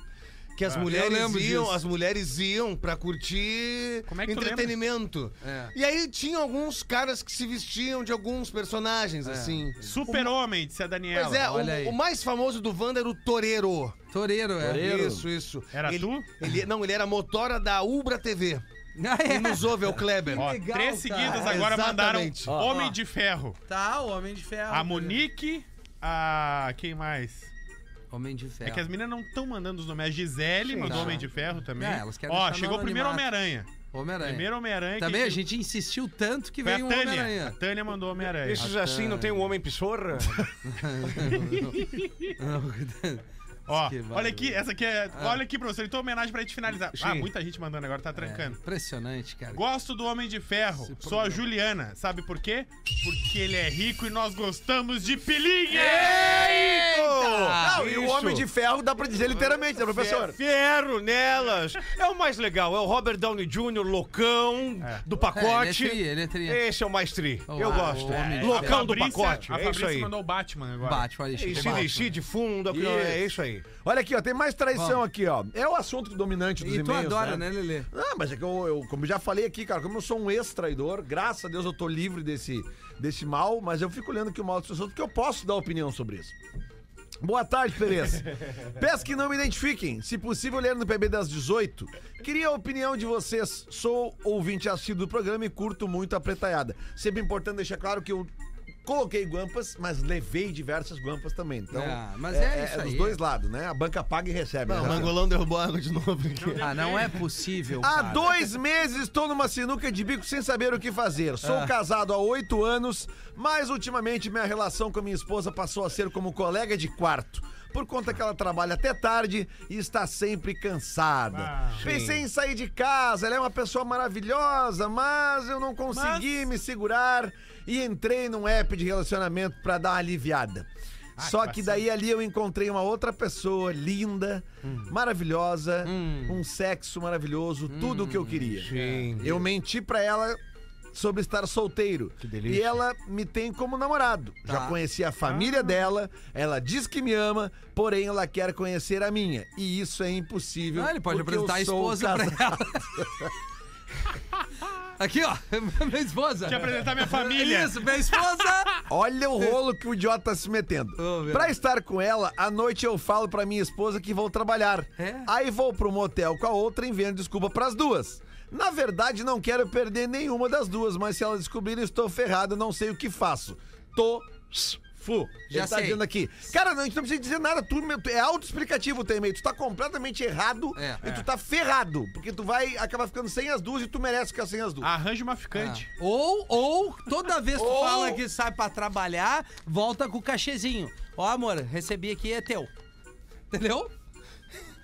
Que as Ah, eu mulheres lembro iam, disso. as mulheres iam pra curtir Como é que tu entretenimento. lembra? E aí tinha alguns caras que se vestiam de alguns personagens, assim. Super-Homem, disse a Daniela. Pois é, É. olha aí. o, o mais famoso do Vanda era o Toreiro. Toreiro, é. Isso, isso. Era ele, tu? Ele, não, ele era motora da Ubra TV. Ah, é. Quem nos ouve é o Kleber. Ó, legal, três cara. seguidas agora Exatamente. mandaram Homem de Ferro. Tá, o Homem de Ferro. A Monique, a. Quem mais? Homem de Ferro. É que as meninas não estão mandando os nomes. A Gisele mandou tá. Homem de Ferro também. É, elas querem Ó, deixar chegou o no primeiro anonimato. Homem-Aranha. Homem-Aranha. Primeiro Homem-Aranha. que- Também a gente insistiu tanto que Foi a veio um Tânia. A Homem-Aranha. Tânia mandou Homem-Aranha. um esses assim não tem o homem pissorra? Ó, Que barulho. olha aqui, essa aqui é. Olha aqui, professor, então homenagem pra gente finalizar. Ah, Sim. muita gente mandando agora, tá É. trancando. Impressionante, cara. Gosto do Homem de Ferro, sou a Juliana. Sabe por quê? Porque ele é rico e nós gostamos de pilinha! Ah, é, Não, e o isso. Homem de Ferro dá pra dizer literalmente, né, professor? Ferro nelas. É o mais legal. É o Robert Downey Jr., loucão do É, ele é pacote. tri, ele é tri. Esse é o mais tri. O- Eu o gosto. homem de loucão A do Fabrícia- pacote. A É isso Fabrícia aí. mandou o Batman agora. Bate, olha E isso. se desci de fundo, é isso aí. Olha aqui, ó, tem mais traição Vamos. aqui, ó. É o assunto dominante dos E e-mails, tu adora, né, Lelê? Ah, mas é que eu, eu- como eu já falei aqui, cara, como eu sou um ex-traidor, graças a Deus eu tô livre desse, desse mal, mas eu fico olhando aqui o mal das pessoas porque eu posso dar opinião sobre isso. Boa tarde, Perez. Peço que não me identifiquem. Se possível, ler no PB das 18. Queria a opinião de vocês. Sou ouvinte assíduo do programa e curto muito a pretaiada. Sempre importante deixar claro que eu coloquei guampas, mas levei diversas guampas também. Então, Ah, mas é isso dos aí. dois lados, né? A banca paga e recebe. O né? Mangolão derrubou a água de novo aqui. Ah, não é possível. Há cara. dois meses estou numa sinuca de bico sem saber o que fazer. Sou casado há oito anos, mas ultimamente minha relação com a minha esposa passou a ser como colega de quarto. Por conta que ela trabalha até tarde e está sempre cansada. Ah, Pensei em sair de casa, ela é uma pessoa maravilhosa, mas eu não consegui me segurar e entrei num app de relacionamento para dar uma aliviada. Só assim? que daí ali eu encontrei uma outra pessoa linda, Hum. maravilhosa, um sexo maravilhoso, tudo o que eu queria. Hum, Sim. Eu menti pra ela sobre estar solteiro. delícia. Tá. Ah. E ela me tem como namorado. Já conheci a família dela, ela diz que me ama, porém ela quer conhecer a minha. E isso é impossível. Ah, ele pode porque eu apresentar a sou esposa pra casado. ela. Aqui, ó, minha esposa. Te apresentar minha família. Isso, minha esposa. Olha o rolo que o idiota tá se metendo. Oh, meu pra Deus. estar com ela, à noite eu falo pra minha esposa que vou trabalhar. É? Aí vou pro motel com a outra, invento desculpa pras duas. Na verdade, não quero perder nenhuma das duas, mas se ela descobrir, estou ferrado, não sei o que faço. Tô. Fu. Já Ele tá sei. dizendo aqui. Cara, não, a gente não precisa dizer nada. Tu, meu, tu- é autoexplicativo o teu e-mail. Tu tá completamente errado É. e tu tá ferrado. Porque tu vai acabar ficando sem as duas e tu merece ficar sem as duas. Arranja uma ficante. Ou, ou, toda vez que tu Ou- fala que sai pra trabalhar, volta com o cachezinho. Ó, amor, recebi aqui, é teu. Entendeu? Ah.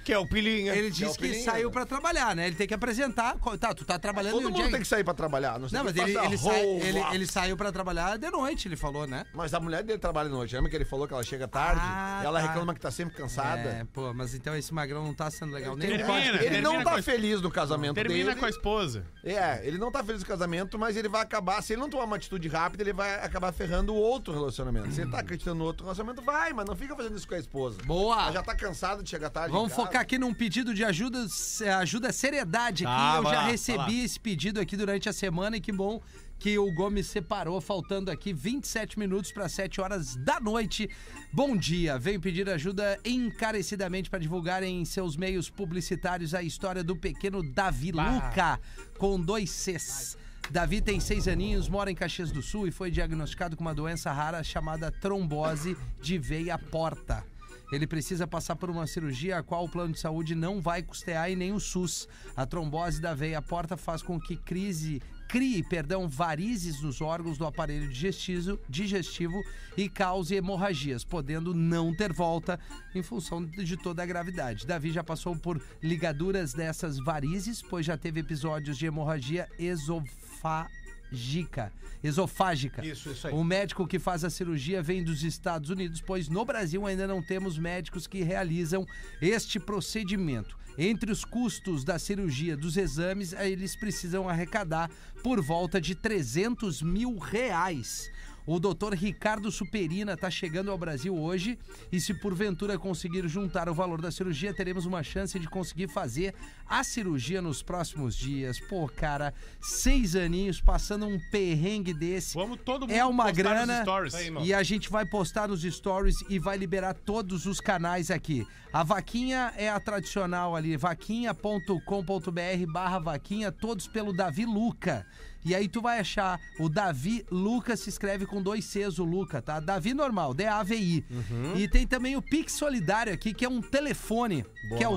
Que é o Pilinha. Ele disse que pilinha, saiu né? pra trabalhar, né? Ele tem que apresentar. qual- Tá, tu tá trabalhando e Todo o mundo dia- tem que sair pra trabalhar. Não, sei Não, que mas ele, faça ele, sai- rouva. ele- ele saiu pra trabalhar de noite, ele falou, né? Mas a mulher dele trabalha de noite. Lembra que ele falou que ela chega tarde? Ah, e ela tá. reclama que tá sempre É, cansada. pô, mas então esse magrão não tá sendo legal nem Termina, pode. ele não termina tá com a- feliz no casamento Termina dele. com a esposa. É, ele não tá feliz no casamento, mas ele vai acabar. Se ele não tomar uma atitude rápida, ele vai acabar ferrando o outro relacionamento. Se ele tá Hum. acreditando no outro relacionamento, vai, mas não fica fazendo isso com a esposa. Boa! Ela já tá cansada de chegar tarde. Vamos em casa. focar aqui num pedido de ajuda, se- ajuda seriedade aqui. Tá, eu vai já lá, vai recebi lá. esse pedido aqui durante a semana e que bom que o Gomes separou, faltando aqui 27 minutos para 7 horas da noite. Bom dia, venho pedir ajuda encarecidamente para divulgar em seus meios publicitários a história do pequeno Davi Luca, com dois Cs. Davi tem seis aninhos, mora em Caxias do Sul e foi diagnosticado com uma doença rara chamada trombose de veia porta. Ele precisa passar por uma cirurgia a qual o plano de saúde não vai custear e nem o SUS. A trombose da veia porta faz com que crise crie, perdão, varizes nos órgãos do aparelho digestivo, digestivo e cause hemorragias, podendo não ter volta em função de toda a gravidade. Davi já passou por ligaduras dessas varizes, pois já teve episódios de hemorragia esofágica. Esofágica. Isso, isso aí. O Um médico que faz a cirurgia vem dos Estados Unidos, pois no Brasil ainda não temos médicos que realizam este procedimento. Entre os custos da cirurgia, dos exames, eh, eles precisam arrecadar por volta de 300 mil reais. O doutor Ricardo Superina está chegando ao Brasil hoje e, se porventura conseguir juntar o valor da cirurgia, teremos uma chance de conseguir fazer a cirurgia nos próximos dias. Pô, cara, seis aninhos passando um perrengue desse. Vamos todo mundo É uma postar nos grana stories. Aí, e a gente vai postar nos stories e vai liberar todos os canais aqui. A vaquinha é a tradicional ali, vaquinha.com.br barra vaquinha, todos pelo Davi Luca. E aí tu vai achar o Davi Luca, se escreve com dois Cs o Luca, tá? Davi normal, D-A-V-I. Uhum. E tem também o Pix Solidário aqui, que é um telefone, que é o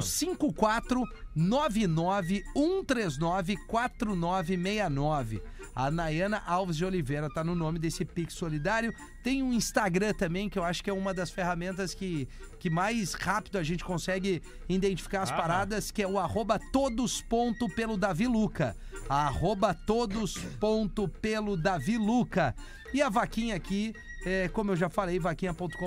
54991394969. A Nayana Alves de Oliveira tá no nome desse Pix Solidário. Tem um Instagram também, que eu acho que é uma das ferramentas que, que mais rápido a gente consegue identificar Ah. as paradas, que é o arroba todos ponto pelo Davi Luca. Arroba todos ponto pelo Davi Luca. E a vaquinha aqui, é, como eu já falei, vaquinha.com.br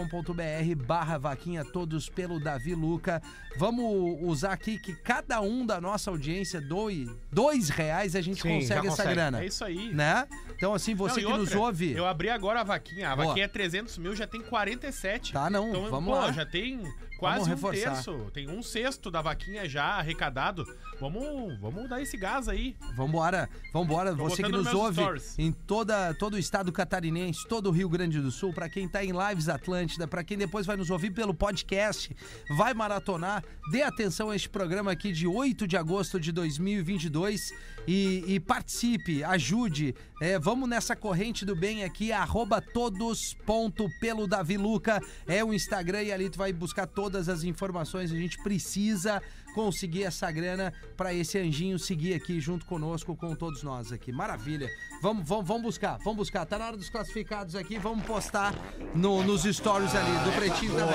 barra vaquinha todos pelo Davi Luca. Vamos usar aqui que cada um da nossa audiência doe dois reais, a gente Sim, já consegue essa consegue. grana. É isso aí. Né? Então, assim, Não, você e que nos outra, ouve. Eu abri agora a vaquinha. A Boa. vaquinha é 300 mil, já tem 47. Tá, não, Então, vamos pô, lá. já tem quase um reforçar. terço. Tem um sexto da vaquinha já arrecadado. Vamos, vamos dar esse gás aí. Vambora, vambora, Tô você que botando nos meus ouve stories. em toda, todo o estado catarinense, todo o Rio Grande do Sul, pra quem tá em Lives Atlântida, pra quem depois vai nos ouvir pelo podcast, vai maratonar, dê atenção a este programa aqui de 8 de agosto de 2022 e, e participe, ajude, é, vamos nessa corrente do bem aqui, arroba todos.pelodaviluca, é o Instagram e ali tu vai buscar todas as informações, a gente precisa conseguir essa grana pra esse anjinho seguir aqui junto conosco, com todos nós aqui. Maravilha. Vamos, vamos, vamos buscar, vamos buscar. Tá na hora dos classificados aqui, vamos postar no- nos stories ali do Pretinho também.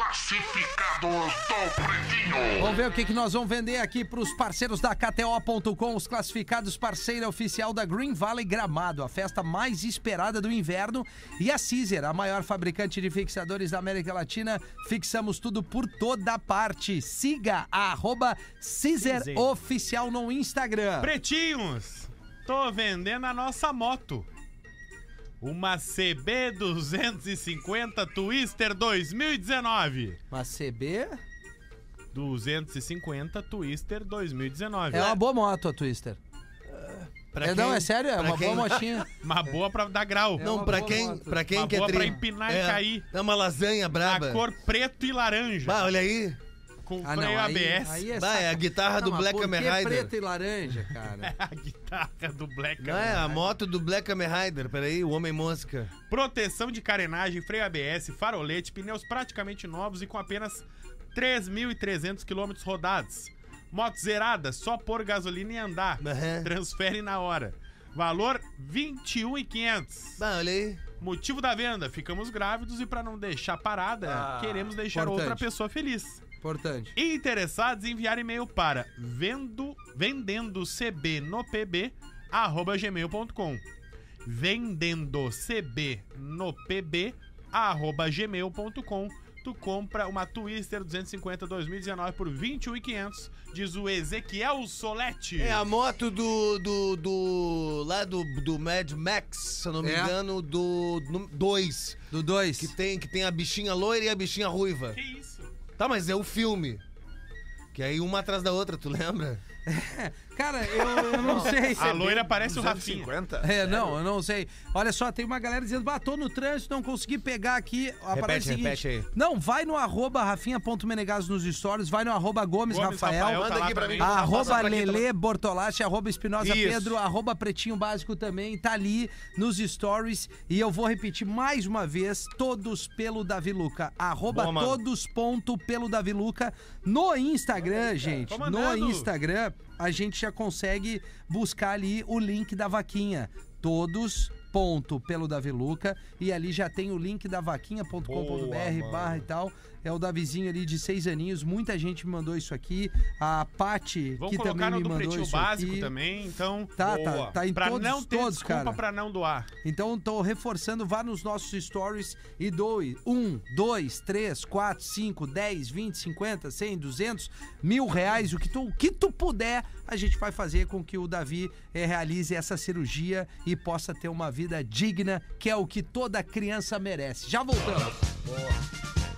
Classificados do Pretinho. Vamos ver o que, que nós vamos vender aqui para os parceiros da KTO.com, os classificados parceira oficial da Green Valley Gramado, a festa mais esperada do inverno. E a Caesar, a maior fabricante de fixadores da América Latina, fixamos tudo por toda parte. Siga a arroba Caesar Oficial no Instagram. Pretinhos, tô vendendo a nossa moto. Uma CB 250 Twister 2019. Mas é CB 250 Twister 2019. é uma boa moto, a Twister. Pra é, Não, quem- é sério, é pra uma quem- boa motinha. Uma boa pra dar grau. É Não, uma pra boa quem, moto. pra quem Uma quer boa pra tri- empinar e cair. É uma lasanha braba. A cor preto e laranja. Bah, olha aí. com Ah, freio não, aí, ABS. aí é Bah, é a saca- guitarra Não, do mas Black por Kamen que Rider. preta e laranja, cara? A guitarra do Black Não, é a moto do Black Kamen Rider. Peraí, o Homem Mosca. Proteção de carenagem, freio ABS, farolete, pneus praticamente novos e com apenas 3.300 km rodados. Moto zerada, só pôr gasolina e andar. Aham. Transfere na hora. Valor 21.500. Bah, olha aí. Motivo da venda: ficamos grávidos e para não deixar parada, Ah, queremos deixar outra importante. pessoa feliz. Importante. Interessados, enviar e-mail para vendo, vendendo cb no pb arroba gmail.com vendendo cb no pb arroba gmail.com tu compra uma Twister 250 2019 por 21,500 diz o Ezequiel Solete É a moto do. do. do lá do, do Mad Max, se eu não me É. engano, do 2. Do 2. Que tem, que tem a bichinha loira e a bichinha ruiva. que isso Tá, mas é o filme. Que é aí uma atrás da outra, tu lembra? Cara, eu, eu não sei. a loira parece o Rafinha 250? É, não, eu não sei. Olha só, tem uma galera dizendo, ah, tô no trânsito, não consegui pegar aqui. A parada é a Repete, seguinte, repete aí. Não, vai no arroba rafinha.menegas nos stories, vai no arroba Gomes, Gomes Rafael. tá manda lá aqui pra também. mim. Ah, Arroba Lele Bortolatti, arroba Espinosa Isso. Pedro, arroba Pretinho Básico também, tá ali nos stories. E eu vou repetir mais uma vez, todos pelo Davi Luca. Arroba Boa, mano. todos ponto pelo Davi Luca no Instagram, gente. Tô No mandando. Instagram, a gente já consegue buscar ali o link da vaquinha. Todos ponto pelo Davi Luca e ali já tem o link da vaquinha.com.br Boa, barra e tal é o Davizinho ali de seis aninhos muita gente me mandou isso aqui a Pati Vamos que também colocar no me do mandou Pretinho isso Básico aqui. também, então... Tá, tá, Boa. tá em pra todos, não ter todos, desculpa cara. pra não doar. Então tô reforçando, vá nos nossos stories e doe. Um, dois, três, quatro, cinco, dez, vinte, cinquenta, cem, duzentos, mil reais, o que, tu, o que tu puder, a gente vai fazer com que o Davi eh, realize essa cirurgia e possa ter uma vida digna, que é o que toda criança merece. Já voltamos.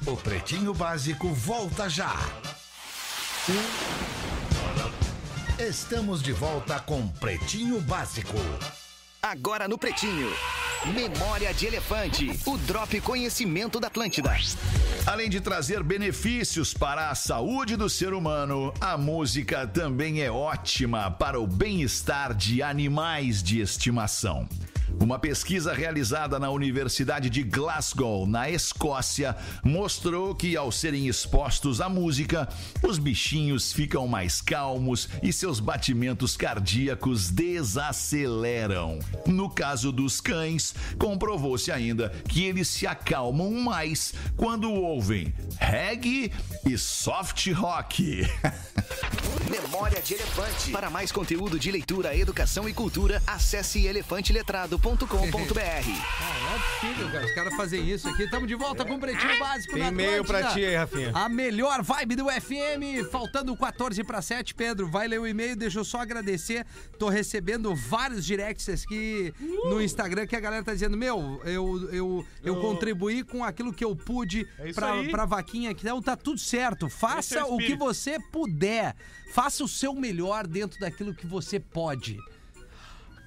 O Pretinho Básico volta já. Estamos de volta com Pretinho Básico. Agora no Pretinho. Memória de Elefante. O Drop Conhecimento da Atlântida. Além de trazer benefícios para a saúde do ser humano, a música também é ótima para o bem-estar de animais de estimação. Uma pesquisa realizada na Universidade de Glasgow, na Escócia, mostrou que ao serem expostos à música, os bichinhos ficam mais calmos e seus batimentos cardíacos desaceleram. No caso dos cães, comprovou-se ainda que eles se acalmam mais quando ouvem reggae e soft rock. Memória de Elefante. Para mais conteúdo de leitura, educação e cultura, acesse elefanteletrado.com.br. Não é possível, cara. Os caras fazem isso aqui. Tamo de volta com o Pretinho Básico Tem na e-mail pra Atlântida. ti aí, Rafinha. A melhor vibe do FM, faltando 14 para 7, Pedro. Vai ler o e-mail, deixa eu só agradecer. Tô recebendo vários directs aqui Uh! no Instagram que a galera tá dizendo: Meu, eu, eu, eu contribuí com aquilo que eu pude É isso pra, aí. pra vaquinha aqui. Então tá tudo certo. Esse é Faça o o que espírito. você puder. Faça o seu melhor dentro daquilo que você pode.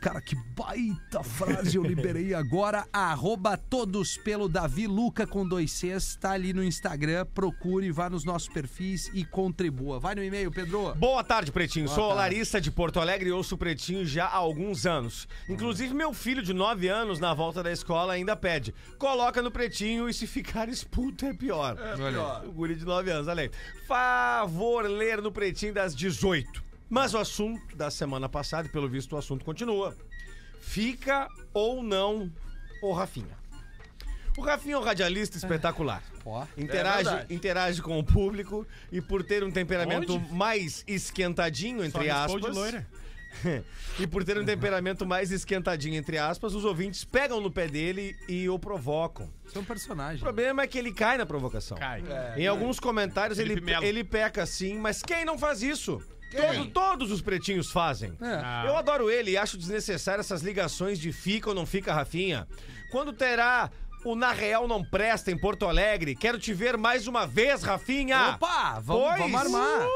Cara, que baita frase eu liberei agora. Arroba todos pelo Davi Luca com dois Cs. Tá ali no Instagram. Procure, vá nos nossos perfis e contribua. Vai no e-mail, Pedro. Boa tarde, Pretinho. Sou a Larissa de Porto Alegre e ouço o Pretinho já há alguns anos. Inclusive, meu filho de 9 anos, na volta da escola, ainda pede. Coloca no Pretinho e se ficar expulso é pior. O guri de 9 anos, olha aí. Favor ler no Pretinho das 18. Mas o assunto da semana passada, e pelo visto o assunto continua. Fica ou não o Rafinha? O Rafinha é um radialista espetacular. Ó. é Interage, interage com o público e por ter um temperamento Onde? mais esquentadinho, entre arriscou de aspas. loira. e por ter um temperamento mais esquentadinho, entre aspas, os ouvintes pegam no pé dele e o provocam. Você é um personagem. O problema é que ele cai na provocação. Cai. É. Em alguns comentários ele, Felipe Melo. ele peca sim, mas quem não faz isso? Todo- todos os pretinhos fazem. Ah. É. Eu adoro ele e acho desnecessário essas ligações de fica ou não fica, Rafinha. Quando terá o Na Real Não Presta em Porto Alegre? Quero te ver mais uma vez, Rafinha! Opa, vamos, Pois. vamos armar.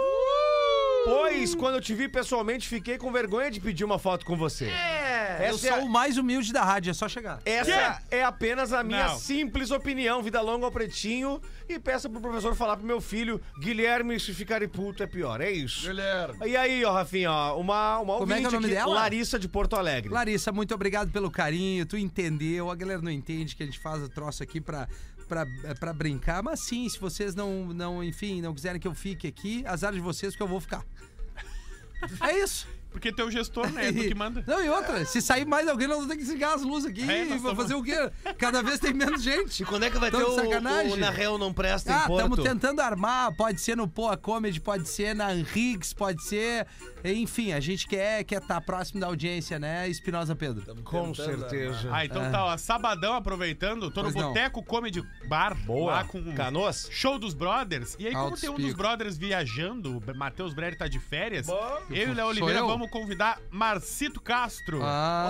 Pois, quando eu te vi pessoalmente, fiquei com vergonha de pedir uma foto com você. É, Eu sou o mais humilde da rádio, é só chegar. essa é apenas a minha Não. simples opinião. Vida longa ao pretinho. E peça pro professor falar pro meu filho, Guilherme, se ficar puto é pior. É isso. Guilherme. E aí, ó, Rafinha, ó, uma, uma Como é que é o ouvinte nome aqui, dela? Larissa de Porto Alegre. Larissa, muito obrigado pelo carinho. Tu entendeu. A galera não entende que a gente faz o troço aqui pra, pra, é, pra brincar. Mas sim, se vocês não, não, enfim, não quiserem que eu fique aqui, azar de vocês, porque eu vou ficar. É isso. Porque teu gestor, né? É tu que manda. Não, e outra, se sair mais alguém, nós vamos ter que desligar as luzes aqui É, e nós vou tamo- fazer o quê? Cada vez tem menos gente. E quando é que vai Tão ter de o, sacanagem. o Na Real Não Presta Ah, em Porto? estamos tentando armar, pode ser no Poa Comedy, pode ser na Henriques, pode ser. Enfim, a gente quer estar quer tá próximo da audiência, né, Espinosa Pedro? Com certeza. Ah, então tá, ó. Sabadão aproveitando, tô no É. Pois não. Boteco Comedy Bar. Lá com Canoas? Show dos Brothers. E aí, como Altos tem um dos picos. brothers viajando, o Matheus Breder tá de férias, eu e o Léo Sou Oliveira eu? vamos convidar Marcito Castro.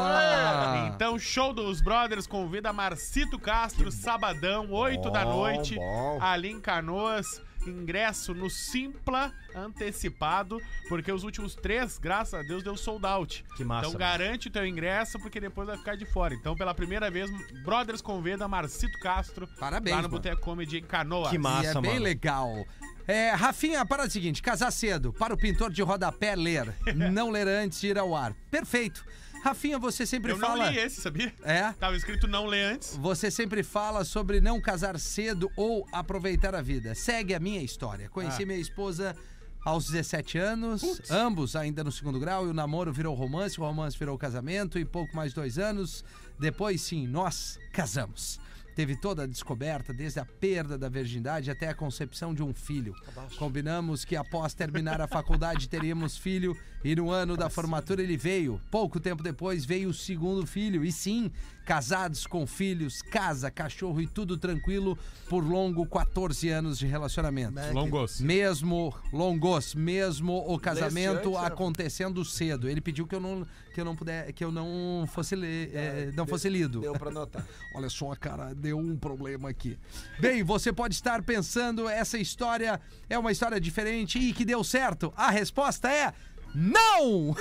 Ah. Então, show dos brothers convida Marcito Castro, sabadão, 8 da noite, Ah, ali em Canoas. Ingresso no Simpla antecipado, porque os últimos três, graças a Deus, deu sold out. Que massa, Então mano. garante o teu ingresso, porque depois vai ficar de fora. Então, pela primeira vez, Brothers convida Marcito Castro Parabéns, lá no mano. Boteco Comedy em Canoas. Que massa, e é bem mano. legal. É, Rafinha, para o seguinte, casar cedo, para o pintor de rodapé ler, não ler antes de ir ao ar. Perfeito. Rafinha, você sempre Eu fala... não li esse, sabia? É? Tava escrito não lê antes. Você sempre fala sobre não casar cedo ou aproveitar a vida. Segue a minha história. Conheci minha esposa aos 17 anos, ambos ainda no segundo grau, e o namoro virou romance, o romance virou casamento, e pouco mais de dois anos depois, sim, nós casamos. Teve toda a descoberta, desde a perda da virgindade até a concepção de um filho. Combinamos que após terminar a faculdade teríamos filho, e no ano da formatura ele veio. Pouco tempo depois veio o segundo filho, e sim, casados com filhos, casa, cachorro e tudo tranquilo por longo 14 anos de relacionamento. Longos. Mesmo longos, mesmo o casamento acontecendo cedo. Ele pediu que eu não que eu não puder, que eu não fosse ler, eh, não fosse lido. Deu pra notar. Olha só, cara, deu um problema aqui. Bem, você pode estar pensando, essa história é uma história diferente e que deu certo. A resposta é não!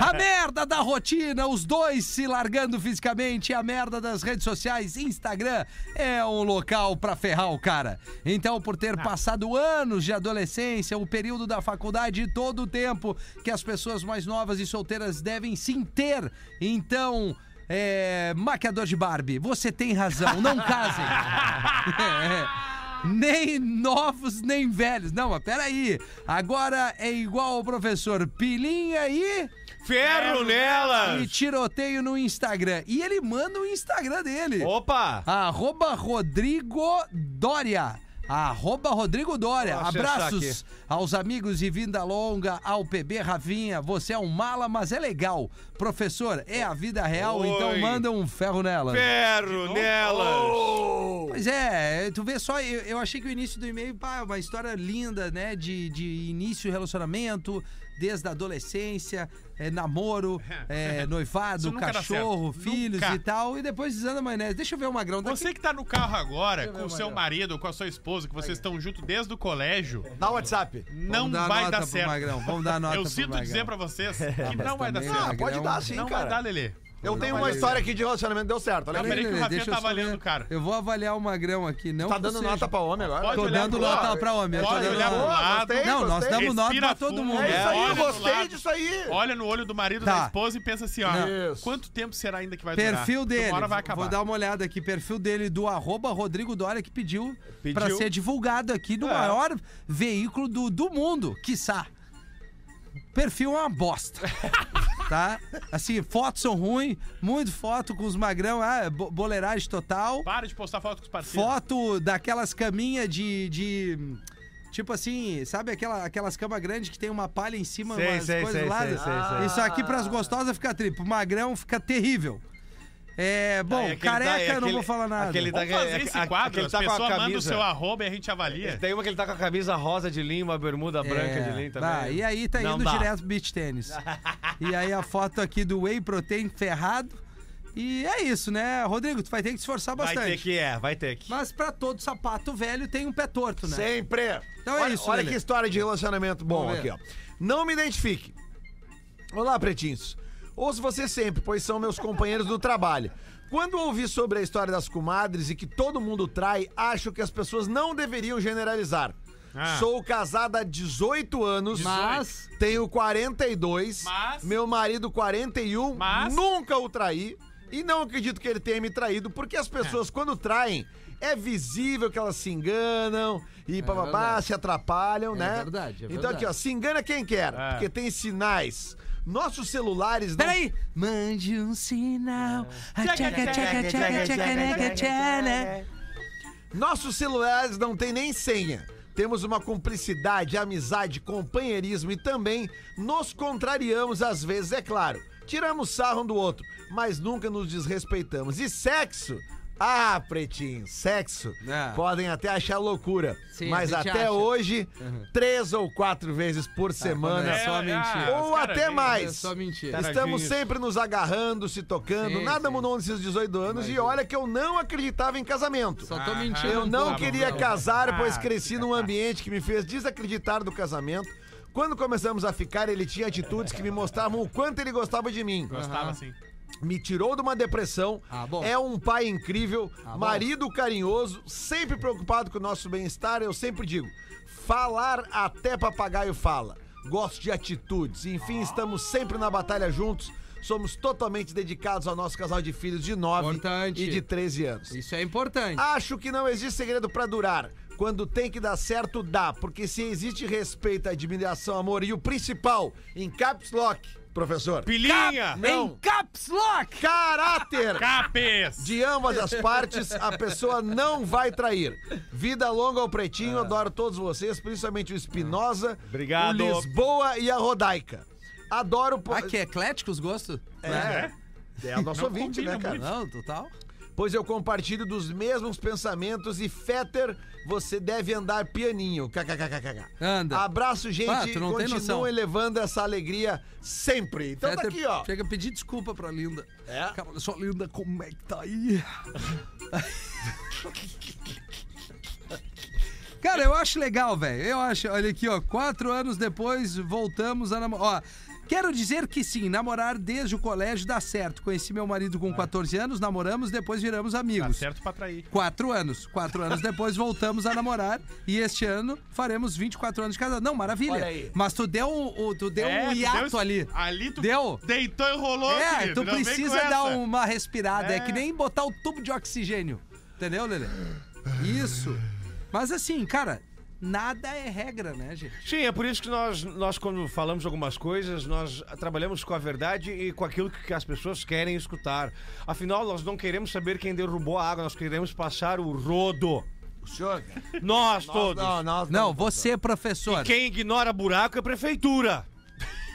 A merda da rotina, os dois se largando fisicamente, e a merda das redes sociais, Instagram é um local pra ferrar o cara. Então, por ter passado anos de adolescência, o período da faculdade e todo o tempo que as pessoas mais novas e solteiras devem se ter, então é, maquiador de Barbie, você tem razão, não casem. É. Nem novos, nem velhos. Não, mas peraí. Agora é igual o professor Pilinha e, Ferro nela! e tiroteio no Instagram. E ele manda o Instagram dele. Opa! Arroba Rodrigo Dória. Arroba Rodrigo Dória. Vou acessar Abraços aos amigos de Vinda Longa, ao PB Ravinha. Você é um mala, mas é legal. Professor, é a vida real, Oi. então manda um ferro nela. Ferro nelas! Oh! Pois é, tu vê só, eu, eu achei que o início do e-mail, pá, uma história linda, né? De, de início de relacionamento, desde a adolescência, é, namoro, é, noivado, Isso nunca dá cachorro, certo. filhos Nunca. e tal, e depois desanda a maionese. Deixa eu ver o Magrão daqui. Você que tá no carro agora, Deixa eu ver, com o seu Magrão. marido, com a sua esposa, que vocês estão junto desde o colégio, Dá o WhatsApp. não Vamos dar vai nota dar pro certo. Magrão, vamos dar nota Eu pro sinto dizer Magrão. pra vocês que mas não vai dar também, é certo. Ah, pode Magrão. dar sim, Não vai cara. dar, Lelê. Eu tenho vai uma dar. história aqui de relacionamento, deu certo. Olha Não, aqui. peraí que o Lelê, Rafinha deixa eu tá só avaliando ver. o cara. Eu vou avaliar o Magrão aqui, não Tá que dando seja- nota pra homem agora? Pode Tô olhar dando pro lado. nota pra homem. eu tô Pode dando olhar pro nota. lado. Gostei, Não, nós gostei. damos nota Respira pra todo fundo. mundo. É isso Olha aí, do gostei lado. disso aí. Olha no olho do marido Tá. da esposa e pensa assim, ó. Isso. Quanto tempo será ainda que vai Perfil durar? dele. Uma hora vai acabar. Vou dar um uma olhada aqui. Perfil dele do arroba Rodrigo Dória que pediu, pra ser divulgado aqui É. no maior veículo do, do mundo, quiçá. Perfil é uma bosta. tá? Assim, fotos são ruins, muito foto com os magrão, ah, bo- boleiragem total. Para de postar foto com os parceiros. Foto daquelas caminhas de. de- Tipo assim, sabe aquela, aquelas camas grandes que tem uma palha em cima, Sei, umas sei, coisas sei, lá? sei, sei, sei. Isso aqui pras gostosas fica tri, pro magrão fica terrível. É, bom, é aquele careca da- é eu não vou aquele- falar nada. aquele da- Vamos fazer Aque- esse aque- quadro, aquele as tá com a pessoas mandam o camisa. seu arroba e a gente avalia. Tem uma que ele tá com a camisa rosa de linho, uma bermuda branca É, de linho também. bah, e aí tá Não indo dá. direto pro beach tênis. e aí a foto aqui do Whey Protein ferrado. E é isso, né? Rodrigo, tu vai ter que se esforçar Vai ter bastante. que, é, vai ter que. Mas pra todo sapato velho tem um pé torto, né? Sempre. Então é olha, isso, Olha Lelê. que história de relacionamento bom Vamos aqui, ver. ó. Não me identifique. Olá, pretinhos. Ouço você sempre, pois são meus companheiros do trabalho. Quando ouvi sobre a história das comadres e que todo mundo trai, acho que as pessoas não deveriam generalizar. Ah. Sou casada há 18 anos, Mas- tenho 42, Mas- meu marido 41, Mas- nunca o traí e não acredito que ele tenha me traído, porque as pessoas quando traem é visível que elas se enganam e papapá, É verdade. se atrapalham, É né? verdade, é Então aqui, ó, verdade. se engana quem quer, É. porque tem sinais. Nossos celulares não Peraí! Mande um sinal. A tchaca, tchaca, tchaca, tchaca, tchaca. Nossos celulares não tem nem senha. Temos uma cumplicidade, amizade, companheirismo e também nos contrariamos às vezes, é claro. Tiramos sarro um do outro, mas nunca nos desrespeitamos. E sexo? Ah, pretinho, sexo. Ah. Podem até achar loucura, Sim, mas a gente até acha. Uhum. hoje, três ou quatro vezes por semana, É ah, só mentira. os ou caras até vêm- mais. É só Tá. mentira. Estamos sempre nos agarrando, se tocando. Sim, Nada sim. mudou nesses 18 anos e olha que eu não acreditava em casamento. Só tô mentindo. Eu um não pouco. queria Não. tá. casar, Ah, pois cresci num ambiente que me fez desacreditar do casamento. Quando começamos a ficar, ele tinha atitudes que me mostravam o quanto ele gostava de mim. Gostava assim. Me tirou de uma depressão. Ah, bom. Ah, É um pai incrível, bom. marido carinhoso, sempre preocupado com o nosso bem-estar. Eu sempre digo: falar até papagaio fala. Gosto de atitudes. Enfim, Ah. estamos sempre na batalha juntos. Somos totalmente dedicados ao nosso casal de filhos de 9 Importante. e de 13 anos. Isso é importante. Acho que não existe segredo pra durar. Quando tem que dar certo, dá. Porque se existe respeito, admiração, amor e o principal, em caps lock, professor. Pilinha! Não. Em caps lock! Caráter! Capes! De ambas as partes, a pessoa não vai trair. Vida longa ao pretinho, adoro todos vocês, principalmente o Espinosa, Obrigado. o Lisboa e a Rodaica. Adoro. po- Ah, que eclético os gostos? É, é o nosso Não ouvinte, combina né, cara? muito. Não, total. pois eu compartilho dos mesmos pensamentos e Fetter, você deve andar pianinho. KKKKK. Anda. Abraço, gente. Ah, tu não tem noção. Continuam elevando essa alegria sempre. Então Peter tá aqui, ó. é Chega a pedir desculpa pra Linda. É? Cara, olha só, Linda, como é que tá aí? Cara, eu acho legal, velho. Eu acho. Olha aqui, ó. Quatro anos depois, voltamos a namorar. Ó, Quero dizer que sim, namorar desde o colégio dá certo. Conheci meu marido com 14 anos, namoramos, depois viramos Tá amigos. É. certo pra trair. Quatro anos. Quatro anos depois voltamos a namorar e este ano faremos 24 anos de casado. Não, maravilha. Olha aí. Mas tu deu, o- tu deu É, um tu hiato deu- ali. Ali tu Deu? deitou e rolou, É, querido. tu Não vem precisa com essa. dar uma respirada. É. É. que nem botar o tubo de oxigênio. Entendeu, Lelê? Isso. Mas assim, cara, nada é regra, né, gente? Sim, é por isso que nós, nós, quando falamos algumas coisas, nós trabalhamos com a verdade e com aquilo que as pessoas querem escutar. Afinal, nós não queremos saber quem derrubou a água, nós queremos passar o rodo. O senhor. Nós todos. Não, nós Não, você, é professor. Quem ignora buraco é prefeitura.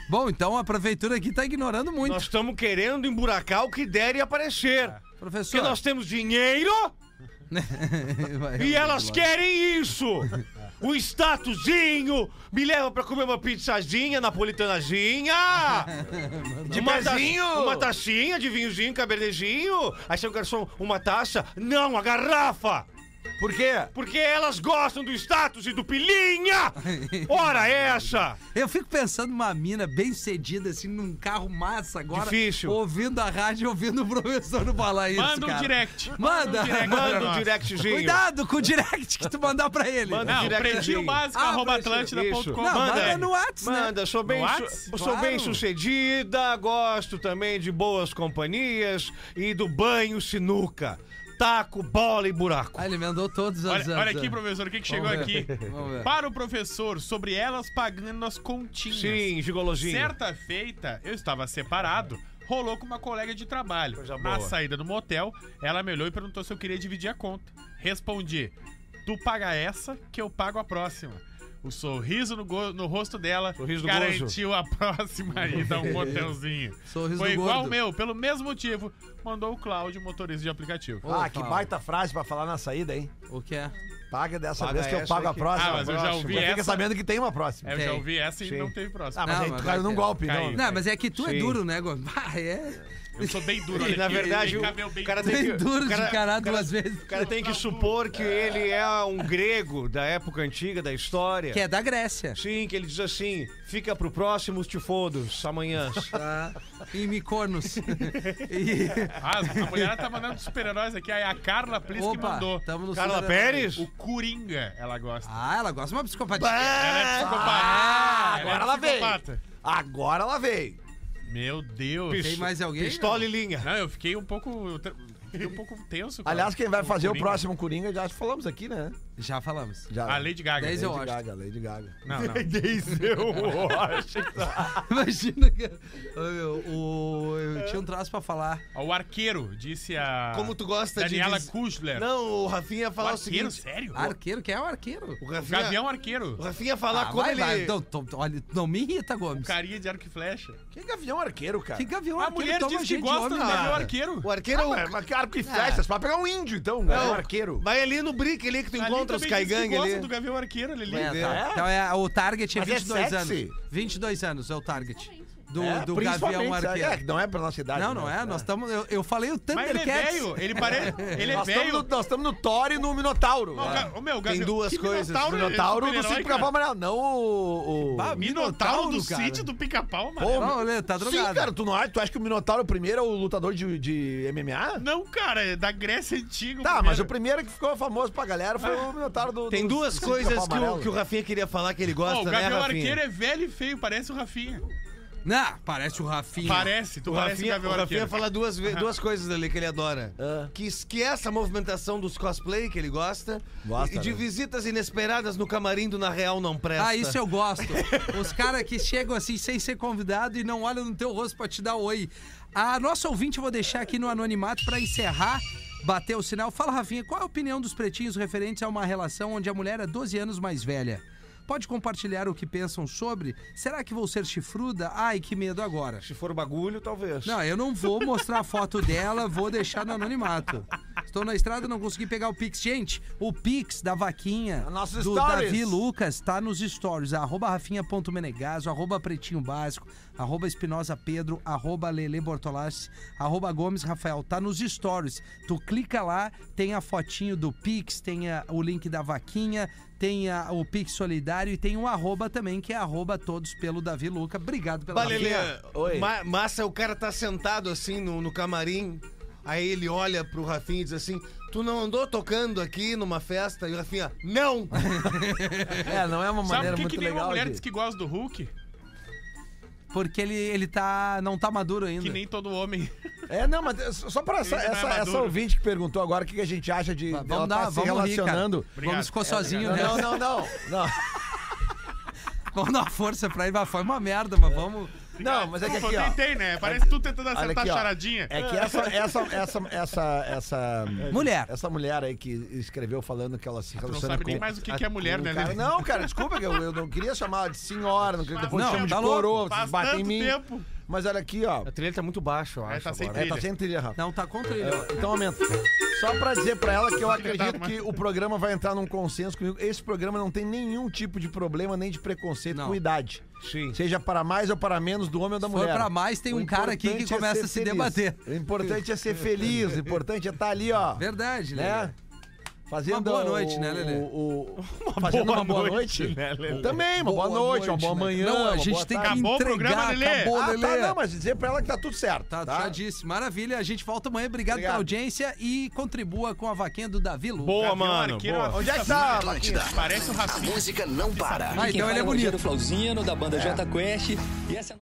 Bom, então a prefeitura aqui tá ignorando muito. Nós estamos querendo emburacar o que der e aparecer. Professor. Porque nós temos dinheiro Vai, e vai, elas vai. querem isso. O statuzinho me leva pra comer uma pizzazinha, napolitanazinha. De uma, ta- uma tacinha de vinhozinho, cabernezinho. Aí chega o garçom, uma taça. Não, a garrafa. Por quê? Porque elas gostam do status e do pilinha. Ora essa. Eu fico pensando numa mina bem cedida, assim, num carro massa agora. Difícil. Ouvindo a rádio, ouvindo o professor falar isso. Manda um cara. direct. Manda, Manda um manda. directzinho. Cuidado com o direct que tu mandar pra ele. Manda. Não, Directzinho. pretinho básico, Ah, arroba pretinho. Isso. atlântida.com. Não, manda, manda aí. no Whats, né? Manda, sou bem, No su- Whats? sou Claro. bem sucedida, gosto também de boas companhias e do banho sinuca, taco, bola e buraco. Ah, ele mandou todos as Olha, olha aqui, professor, o que, que chegou Vamos aqui? ver. Vamos ver. Para o professor, sobre elas pagando as continhas. Sim, gigolozinho. Certa feita, eu estava separado. Rolou com uma colega de trabalho. Coisa Na boa. saída do motel, ela me olhou e perguntou se eu queria dividir a conta. Respondi: Tu paga essa que eu pago a próxima. O sorriso no, go- no rosto dela Sorriso do garantiu a próxima ida a um motelzinho. Sorriso Foi do igual gordo. o meu, pelo mesmo motivo, mandou o Cláudio, motorista de aplicativo. Ô, ah, que Paulo. baita frase pra falar na saída, hein? O que é? Paga dessa Paga vez que eu essa pago a aqui. próxima. Ah, mas eu já ouvi Já fica essa. sabendo que tem uma próxima. É, eu Tem. já ouvi essa e Sim. é, não teve próxima. Ah, mas Não, aí mas tu vai caiu num ter. golpe, um- Caiu. não. é um Não, mas é que tu é Sim. duro, né, Gordo? Ah, é. Eu sou bem duro. E olha na aqui, verdade, vem cá o ver bem cara duro. tem Bem que- duro de o cara- encarar o cara- duas vezes. O cara tem que supor que ele é um grego da época antiga, da história. Que é da Grécia. Sim, que ele diz assim: fica pro próximo, te fodos, amanhã. Tá? Em Micornos. E- Ah, a mulher tá mandando dos super-heróis aqui. Aí a Carla Plis que Opa, mandou. tamo no Carla super- Pérez? O Coringa, ela gosta. Ah, ela gosta de uma psicopatia. Ela é psicopata. Ah, é agora ela veio. psicopata. Agora ela veio. Meu Deus. Tem mais alguém? Pistola e linha. Não, eu fiquei um pouco. Fiquei um pouco tenso. cara. Aliás, quem vai Com fazer o Coringa. próximo Coringa, já falamos aqui, né? Já falamos. Já. A Lady Gaga. Dez é eu Lady acho. Gaga, Lady Gaga. Não, não. é Imagina que. Ô, meu, o- Eu tinha um traço pra falar. Ó, O arqueiro, disse a. Como tu gosta Daniela de. dizer- Kushler. Não, o Rafinha ia o falar o, arqueiro, seguinte. sério? Arqueiro, quem é o arqueiro? O O Rafinha, Gavião Arqueiro. o Rafinha ia falar Ah, quando vai, ele. vai. então. Não, tô- olha, não me irrita, Gomes. Carinha de arco e flecha. Que gavião arqueiro, cara? Que gavião A arqueiro mulher toma diz que gente, gosta homem, do né? Gavião Arqueiro. O arqueiro é o. Ah, mas que arco e flechas, pra pegar um índio, então, né? Um arqueiro. Vai ali no brick ali que tu Ali encontra os também diz que caigangue gosta ali. do Gavião Arqueiro, ele É, liga. tá. Então é, o target é Mas é 22 sexy. anos. 22 anos é o target do, É, do principalmente, Gavião sabe? Arqueiro. É, que não é pra nossa idade. Não, não né? é. Nós estamos. Eu, eu falei o Mas ele é Thundercats. velho, ele parece. Ele é Nós estamos velho. no, nós estamos no Thor e no Minotauro. É. Ó, o Ga- ô, meu, o Gavião- duas que coisas, Minotauro, ele é Minotauro do super-herói, Cinco cara. Ah, Capão Amarelo, não o. o... Bah, Minotauro do cara. sítio do pica-pau, Pô, mano. Não, ele tá drogado. Sim, cara, tu, não, acha- tu acha que o Minotauro primeiro é o lutador de, de MMA? Não, cara, é da Grécia Antiga. Tá, mas o primeiro. primeiro que ficou famoso pra galera foi o Minotauro do. Tem do duas Cinco coisas Capão que o, Amarelo. que o Rafinha queria falar que ele Ó, gosta, o né, Gavião Rafinha? Arqueiro é velho e feio, parece o Rafinha. Não, parece o Rafinha. Parece, tu O parece o Rafinha, o Gavião Rafinha Arqueiro. fala duas, ve- duas coisas ali que ele adora. Ah. Que esquece a movimentação dos cosplay que ele gosta. Gosta, e de né? visitas inesperadas no camarim do Na Real Não Presta. Ah, isso eu gosto. Os caras que chegam assim sem ser convidado e não olham no teu rosto pra te dar um oi. A nossa ouvinte eu vou deixar aqui no anonimato pra encerrar. Bater o sinal. Fala, Rafinha, qual é a opinião dos pretinhos referentes a uma relação onde a mulher é 12 anos mais velha? Pode compartilhar o que pensam sobre? Será que vou ser chifruda? Ai, que medo agora. é Se for bagulho, talvez. Não, eu não vou mostrar a foto dela, vou deixar no anonimato. Estou na estrada, não consegui pegar o Pix. Gente, o Pix da vaquinha Nossos do stories. Davi Lucas tá nos stories. Arroba rafinha.menegaso, arroba pretinho básico, arroba espinosa pedro, arroba lele bortolassi, arroba gomes rafael. Tá nos stories. Tu clica lá, tem a fotinho do Pix, tem a- o link da vaquinha, tem a- o Pix solidário e tem o arroba também, que é arroba todos pelo Davi Luca. Obrigado pela Balelê, vaquinha. Oi. ma- massa, o cara tá sentado assim no, no camarim, aí ele olha pro Rafinha e diz assim: Tu não andou tocando aqui numa festa? E o Rafinha, não! É, não é uma Sabe maneira por que, muito que nenhuma legal. mulher de- diz que gosta do Hulk? Porque ele, ele tá, não tá maduro ainda. Que nem todo homem. É, não, mas só pra essa, Ele não é essa, essa maduro. ouvinte que perguntou agora o que, que a gente acha de Vamos dela dar, tá se vamos rir, cara. relacionando. Obrigado. Vamos ficou sozinho, não, né? não, não, não, não. Vamos dar força pra ele. mas Foi uma merda, mas vamos. Não, mas é que Pô, aqui, eu ó. tentei, né? Parece tu tentando Olha acertar aqui, a ó. charadinha. É que essa, essa, essa, essa, essa. Mulher. Essa mulher aí que escreveu falando que ela se Tu não relaciona sabe com. nem mais o que, que é mulher, com né, o cara. Lelê? Não, cara, desculpa, que eu, eu não queria chamar ela de senhora, não queria depois Não, chamar de tá louco. coroa, vocês Faz batem em tanto mim. tempo. Mas olha aqui, ó. A trilha tá muito baixa, eu É, acho. tá sem agora. É, trilha. tá sem trilha, Rafa. Não, tá contra ele. ó. Então aumenta. Só pra dizer pra ela que eu acredito mas- que o programa vai entrar num consenso comigo. Esse programa não tem nenhum tipo de problema nem de preconceito Não. com idade. Sim. Seja para mais ou para menos do homem ou da Se for mulher. pra mais, tem O um cara aqui que importante é começa ser a se feliz. debater. O importante é ser feliz, o importante é estar ali, ó. Verdade, né? Né? Fazendo Uma boa noite, o- né, Lelê? o- o- Fazendo uma boa noite. Também, uma boa, noite, uma boa né? manhã. Não, a uma gente boa tem que tarde. Acabou o entregar. programa, Lelê. Acabou, Ah, Lelê. tá, não, mas dizer pra ela que tá tudo certo. Tá, tá? já disse. Maravilha. A gente volta amanhã. Obrigado, pela Obrigado. audiência e contribua com a vaquinha do Davi Lu. Boa, Gavião mano. Arqueiro, boa. uma Onde é que fita tá? a Atlântida. Parece o A Rafinha. música não para. Ah, então ele é então bonito. Flauzino, da banda J Quest. E essa